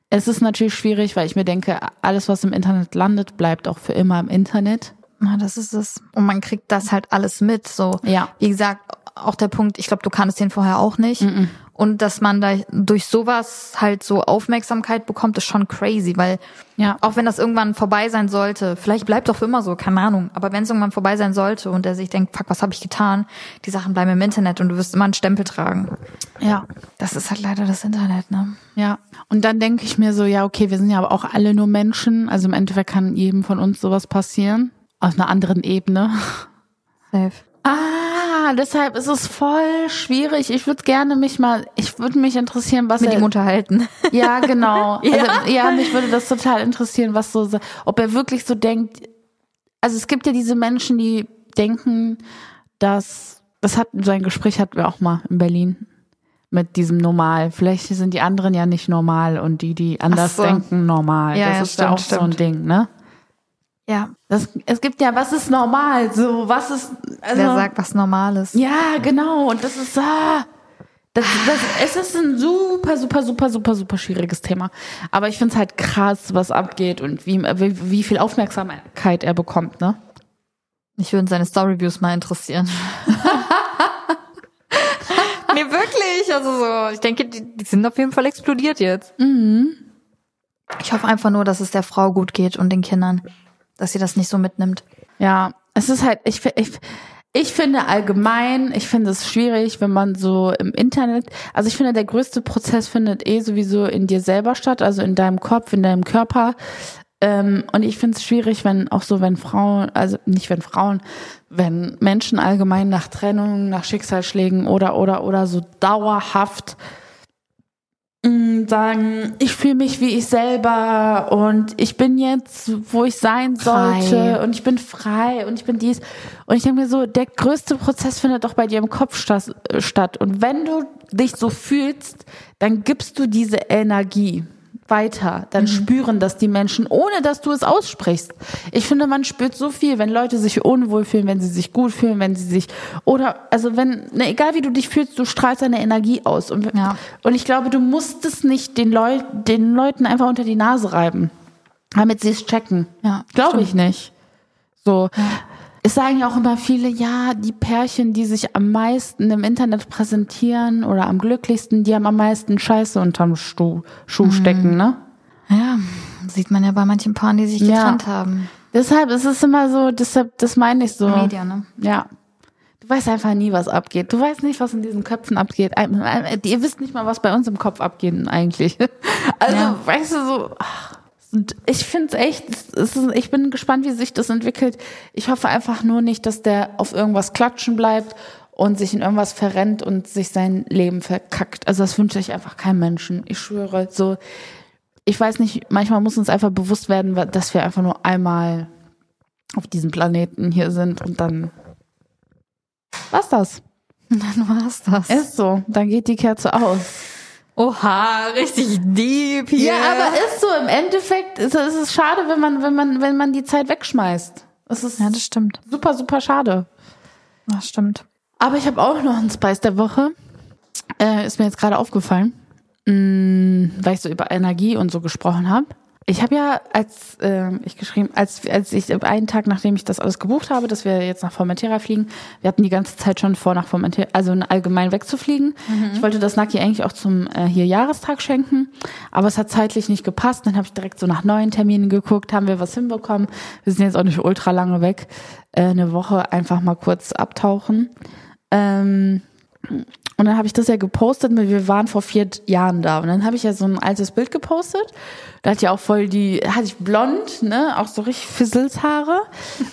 Es ist natürlich schwierig, weil ich mir denke, alles, was im Internet landet, bleibt auch für immer im Internet.
Na, das ist es. Und man kriegt das halt alles mit. So,
Ja.
wie gesagt, auch der Punkt, ich glaube, du kanntest den vorher auch nicht. Und dass man da durch sowas halt so Aufmerksamkeit bekommt, ist schon crazy, weil
Ja.
auch wenn das irgendwann vorbei sein sollte, vielleicht bleibt doch für immer so, keine Ahnung. Aber wenn es irgendwann vorbei sein sollte und er sich denkt, fuck, was habe ich getan? Die Sachen bleiben im Internet und du wirst immer einen Stempel tragen.
Ja.
Das ist halt leider das Internet, ne?
Ja, und dann denke ich mir so, ja, okay, wir sind ja aber auch alle nur Menschen. Also im Endeffekt kann jedem von uns sowas passieren. Auf einer anderen Ebene.
Safe.
Ah, deshalb ist es voll schwierig. Ich würde gerne mich mal, ich würde mich interessieren, was
Mit
er-
ihm unterhalten. (laughs)
Ja, genau. Also, ja, mich würde das total interessieren, was so, ob er wirklich so denkt. Also es gibt ja diese Menschen, die denken, dass das hat so ein Gespräch hatten wir auch mal in Berlin mit diesem Normal. Vielleicht sind die anderen ja nicht normal und die, die anders
so.
denken, normal.
Ja,
das
ja,
ist
stimmt,
ja auch so ein
stimmt.
Ding, ne?
Ja.
Das, es gibt ja, was ist normal? So, was ist also,
Wer sagt was Normales?
ja, genau. Und das ist ah, das, das, es ist ein super, super, super, super, super schwieriges Thema. Aber ich find's halt krass, was abgeht und wie, wie, wie viel Aufmerksamkeit er bekommt, ne?
Ich würde seine Story-Views mal interessieren. (laughs) nee, wirklich. Also so, ich denke, die, die sind auf jeden Fall explodiert jetzt. Mhm. Ich hoffe einfach nur, dass es der Frau gut geht und den Kindern. Dass sie das nicht so mitnimmt.
Ja, es ist halt, ich, fi- ich, ich finde allgemein, ich finde es schwierig, wenn man so im Internet, also ich finde, der größte Prozess findet eh sowieso in dir selber statt, also in deinem Kopf, in deinem Körper. Ähm, und ich finde es schwierig, wenn auch so, wenn Frauen, also nicht wenn Frauen, wenn Menschen allgemein nach Trennung, nach Schicksalsschlägen oder, oder, oder so dauerhaft mh, sagen, ich fühle mich wie ich selber und ich bin jetzt, wo ich sein
Frei.
sollte und ich bin frei und ich bin dies. Und ich denke mir so, der größte Prozess findet doch bei dir im Kopf stas- äh, statt. Und wenn du dich so fühlst, dann gibst du diese Energie weiter. Dann spüren das die Menschen, ohne dass du es aussprichst. Ich finde, man spürt so viel, wenn Leute sich unwohl fühlen, wenn sie sich gut fühlen, wenn sie sich oder also wenn ne, egal wie du dich fühlst, du strahlst eine Energie aus. Und,
Ja.
und ich glaube, du musst es nicht den, Leu den Leuten einfach unter die Nase reiben, damit sie es checken.
Ja,
Glaube ich nicht. So. Es sagen ja auch immer viele, ja, die Pärchen, die sich am meisten im Internet präsentieren oder am glücklichsten, die haben am meisten Scheiße unterm Stu Schuh stecken, ne?
Ja, sieht man ja bei manchen Paaren, die sich
Ja.
getrennt haben. (laughs)
Deshalb ist es immer so, deshalb, das meine ich so.
Media, ne?
Ja. Du weißt einfach nie, was abgeht. Du weißt nicht, was in diesen Köpfen abgeht. Ein- ein- Ihr wisst nicht mal, was bei uns im Kopf abgeht eigentlich. (laughs) Also,
Ja.
weißt du, so. ach. Und Ich finde es echt, es ist, ich bin gespannt, wie sich das entwickelt. Ich hoffe einfach nur nicht, dass der auf irgendwas klatschen bleibt und sich in irgendwas verrennt und sich sein Leben verkackt. Also das wünsche ich einfach keinem Menschen. Ich schwöre, so ich weiß nicht, manchmal muss uns einfach bewusst werden, wa- dass wir einfach nur einmal auf diesem Planeten hier sind und dann was das?
Dann war's das.
Ist so, dann geht die Kerze aus.
Oha, richtig deep
Ja,
hier.
aber ist so im Endeffekt ist, ist es schade, wenn man wenn man wenn man die Zeit wegschmeißt. Es ist
Ja, das stimmt.
super super schade.
Das stimmt.
Aber ich habe auch noch einen Spice der Woche. Äh, ist mir jetzt gerade aufgefallen, mm, weil ich so über Energie und so gesprochen habe. Ich habe ja, als ähm, ich geschrieben, als, als ich einen Tag, nachdem ich das alles gebucht habe, dass wir jetzt nach Formentera fliegen, wir hatten die ganze Zeit schon vor, nach Formentera, also allgemein wegzufliegen. Ich wollte das Naki eigentlich auch zum äh, hier Jahrestag schenken, aber es hat zeitlich nicht gepasst. Dann habe ich direkt so nach neuen Terminen geguckt, haben wir was hinbekommen. Wir sind jetzt auch nicht ultra lange weg. Äh, eine Woche einfach mal kurz abtauchen. Ähm, und dann habe ich das ja gepostet, weil wir waren vor vier Jahren da. Und dann habe ich ja so ein altes Bild gepostet. Da hatte ich auch voll die, hatte ich blond, ne, auch so richtig Fizzelshaare.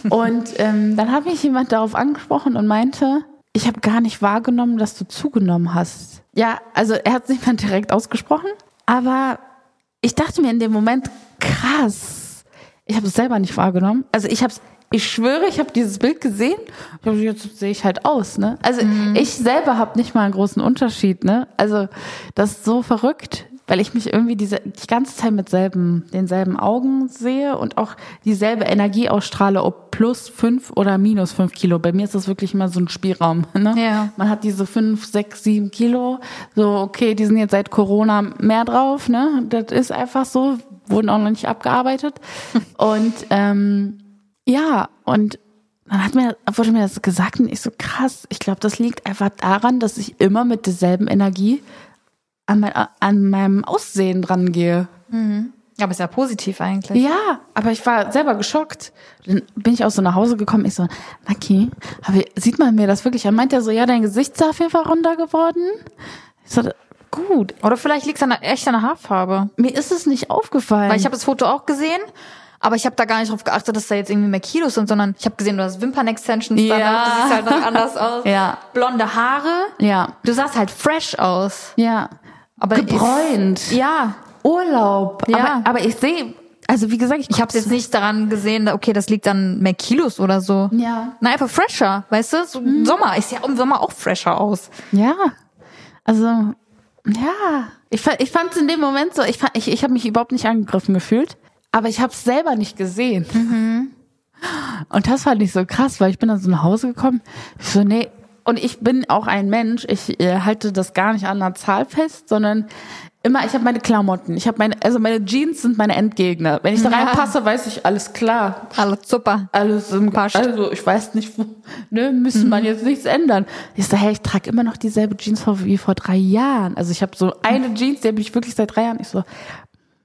Und ähm, dann hat mich jemand darauf angesprochen und meinte, ich habe gar nicht wahrgenommen, dass du zugenommen hast. Ja, also er hat es nicht mal direkt ausgesprochen, aber ich dachte mir in dem Moment, krass, ich habe es selber nicht wahrgenommen. Also ich habe es, ich schwöre, ich habe dieses Bild gesehen. Ich dachte, Jetzt sehe ich halt aus, ne? Also ich selber habe nicht mal einen großen Unterschied, ne? Also das ist so verrückt, weil ich mich irgendwie diese die ganze Zeit mit selben, denselben Augen sehe und auch dieselbe Energie ausstrahle, ob plus fünf oder minus fünf Kilo. Bei mir ist das wirklich immer so ein Spielraum, ne?
Ja.
Man hat diese fünf, sechs, sieben Kilo. So, okay, die sind jetzt seit Corona mehr drauf, ne? Das ist einfach so. Wurden auch noch nicht abgearbeitet. Und ähm, ja, und dann hat mir, wurde mir das gesagt und ich so, krass, ich glaube, das liegt einfach daran, dass ich immer mit derselben Energie an, mein, an meinem Aussehen dran gehe.
Aber ist ja positiv eigentlich.
Ja, aber ich war selber geschockt. Dann bin ich auch so nach Hause gekommen. Ich so, Naki, hab ich- sieht man mir das wirklich? Er meint ja so, ja, dein Gesicht ist auf jeden Fall runder geworden. Ich so, gut.
Oder vielleicht liegt es an, der- echt an der Haarfarbe.
Mir ist es nicht aufgefallen.
Weil ich habe das Foto auch gesehen, aber ich habe da gar nicht drauf geachtet, dass da jetzt irgendwie mehr Kilos sind, sondern ich habe gesehen, du hast Wimpern-Extensions
Ja.
danach, du siehst halt dann anders
(laughs)
aus.
Ja.
Blonde Haare.
ja,
Du sahst halt fresh aus.
ja.
Aber
Gebräunt.
Ist, ja.
Urlaub.
Ja.
Aber, aber ich sehe, also wie gesagt,
Ich habe jetzt nicht daran gesehen, da- okay, das liegt an mehr Kilos oder so.
Ja. Mhm.
Na, einfach fresher, weißt du? So im Sommer. Ich sehe im Sommer auch fresher aus.
Ja, also ja, ich, fa- ich fand es in dem Moment so, ich, fa- ich, ich habe mich überhaupt nicht angegriffen gefühlt, aber ich habe es selber nicht gesehen. Und das fand ich so krass, weil ich bin dann so nach Hause gekommen, ich so nee, und ich bin auch ein Mensch, ich äh, halte das gar nicht an einer Zahl fest, sondern immer, ich habe meine Klamotten, ich habe meine, also meine Jeans sind meine Endgegner. Wenn ich da reinpasse, weiß ich, alles klar,
Alles super.
alles im
Passt.
Also ich weiß nicht, wo, ne, müssen man jetzt nichts ändern. Ich so, hey, ich trage immer noch dieselbe Jeans vor, wie vor drei Jahren. Also ich habe so eine Jeans, die habe ich wirklich seit drei Jahren. Ich so,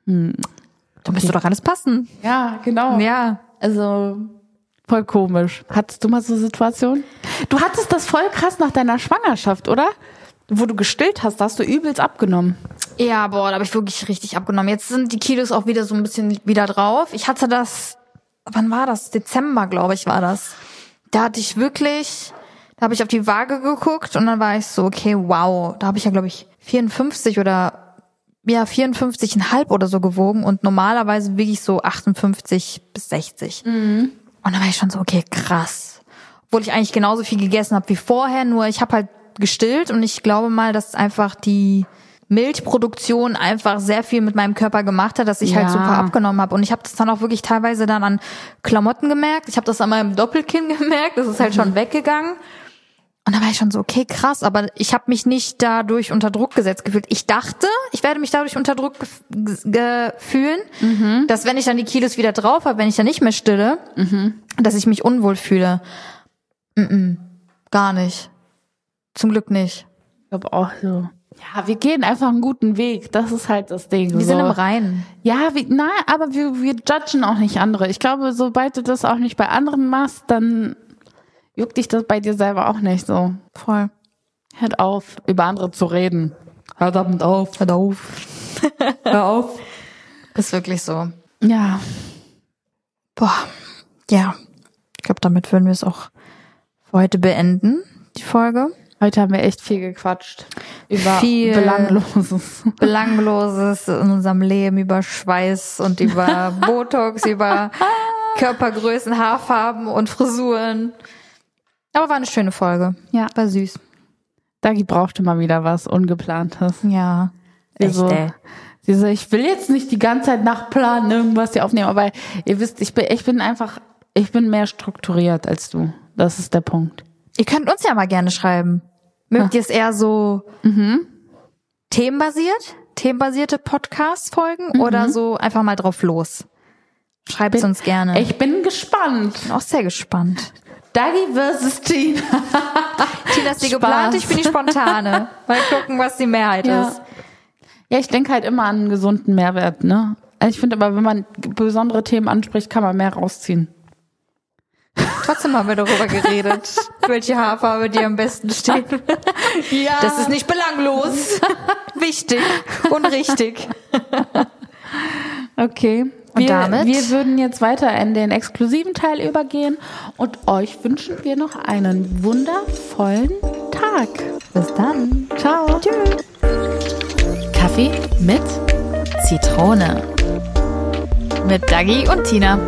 Da müsste doch alles passen.
ja, genau.
Ja.
Also voll komisch. Hattest du mal so Situationen? Du hattest das voll krass nach deiner Schwangerschaft, oder? Wo du gestillt hast, da hast du übelst abgenommen.
Ja, boah, da habe ich wirklich richtig abgenommen. Jetzt sind die Kilos auch wieder so ein bisschen wieder drauf. Ich hatte das, wann war das? Dezember, glaube ich, war das. Da hatte ich wirklich, da habe ich auf die Waage geguckt und dann war ich so, okay, wow, da habe ich ja, glaube ich, 54 oder ja, 54,5 oder so gewogen und normalerweise wiege ich so 58 bis 60. Und dann war ich schon so, okay, krass. Obwohl ich eigentlich genauso viel gegessen habe wie vorher, nur ich habe halt gestillt und ich glaube mal, dass einfach die Milchproduktion einfach sehr viel mit meinem Körper gemacht hat, dass ich halt
Ja.
super abgenommen habe. Und ich habe das dann auch wirklich teilweise dann an Klamotten gemerkt. Ich habe das an meinem Doppelkinn (laughs) gemerkt. Das ist halt schon weggegangen. Und da war ich schon so, okay, krass, aber ich habe mich nicht dadurch unter Druck gesetzt gefühlt. Ich dachte, ich werde mich dadurch unter Druck gef- ges- ge- fühlen,
Mhm.
dass wenn ich dann die Kilos wieder drauf habe, wenn ich dann nicht mehr stille,
Mhm.
dass ich mich unwohl fühle. Mm-mm, gar nicht. Zum Glück nicht.
Ich glaube auch so. Ja, wir gehen einfach einen guten Weg. Das ist halt das Ding.
Wir
so.
sind im Reinen.
Ja, wie, na, aber wir, wir judgen auch nicht andere. Ich glaube, sobald du das auch nicht bei anderen machst, dann juckt dich das bei dir selber auch nicht so.
Voll.
Hört auf, über andere zu reden. Verdammt auf.
Hör auf.
(laughs) Hör auf.
Ist wirklich so.
Ja.
Boah, ja. Ich glaube, damit würden wir es auch für heute beenden, die Folge.
Hab Heute haben wir echt viel gequatscht über
Viel.
Belangloses.
Belangloses in unserem Leben über Schweiß und (laughs) über Botox, über Körpergrößen, Haarfarben und Frisuren. Aber war eine schöne Folge.
Ja.
War süß.
Dagi brauchte mal wieder was Ungeplantes.
Ja.
Also, sie so, ich will jetzt nicht die ganze Zeit nach Plan irgendwas hier aufnehmen, aber ihr wisst, ich bin, ich bin einfach, ich bin mehr strukturiert als du. Das ist der Punkt.
Ihr könnt uns ja mal gerne schreiben. Mögt ihr es eher so Mhm. themenbasiert? Themenbasierte Podcast-Folgen oder so einfach mal drauf los? Schreibt es uns gerne.
Ich bin gespannt.
bin auch sehr gespannt.
Dagi versus Tina.
Tina ist die geplante, ich bin die (laughs) spontane. Mal gucken, was die Mehrheit
Ja.
ist.
Ja, ich denke halt immer an einen gesunden Mehrwert, ne? Also ich finde aber, wenn man besondere Themen anspricht, kann man mehr rausziehen.
Trotzdem haben wir darüber geredet, welche Haarfarbe dir am besten steht.
Ja.
Das ist nicht belanglos. Wichtig und richtig.
Okay. Wir,
damit?
wir würden jetzt weiter in den exklusiven Teil übergehen und euch wünschen wir noch einen wundervollen Tag.
Bis dann.
Ciao. Tschüss.
Kaffee mit Zitrone. Mit Dagi und Tina.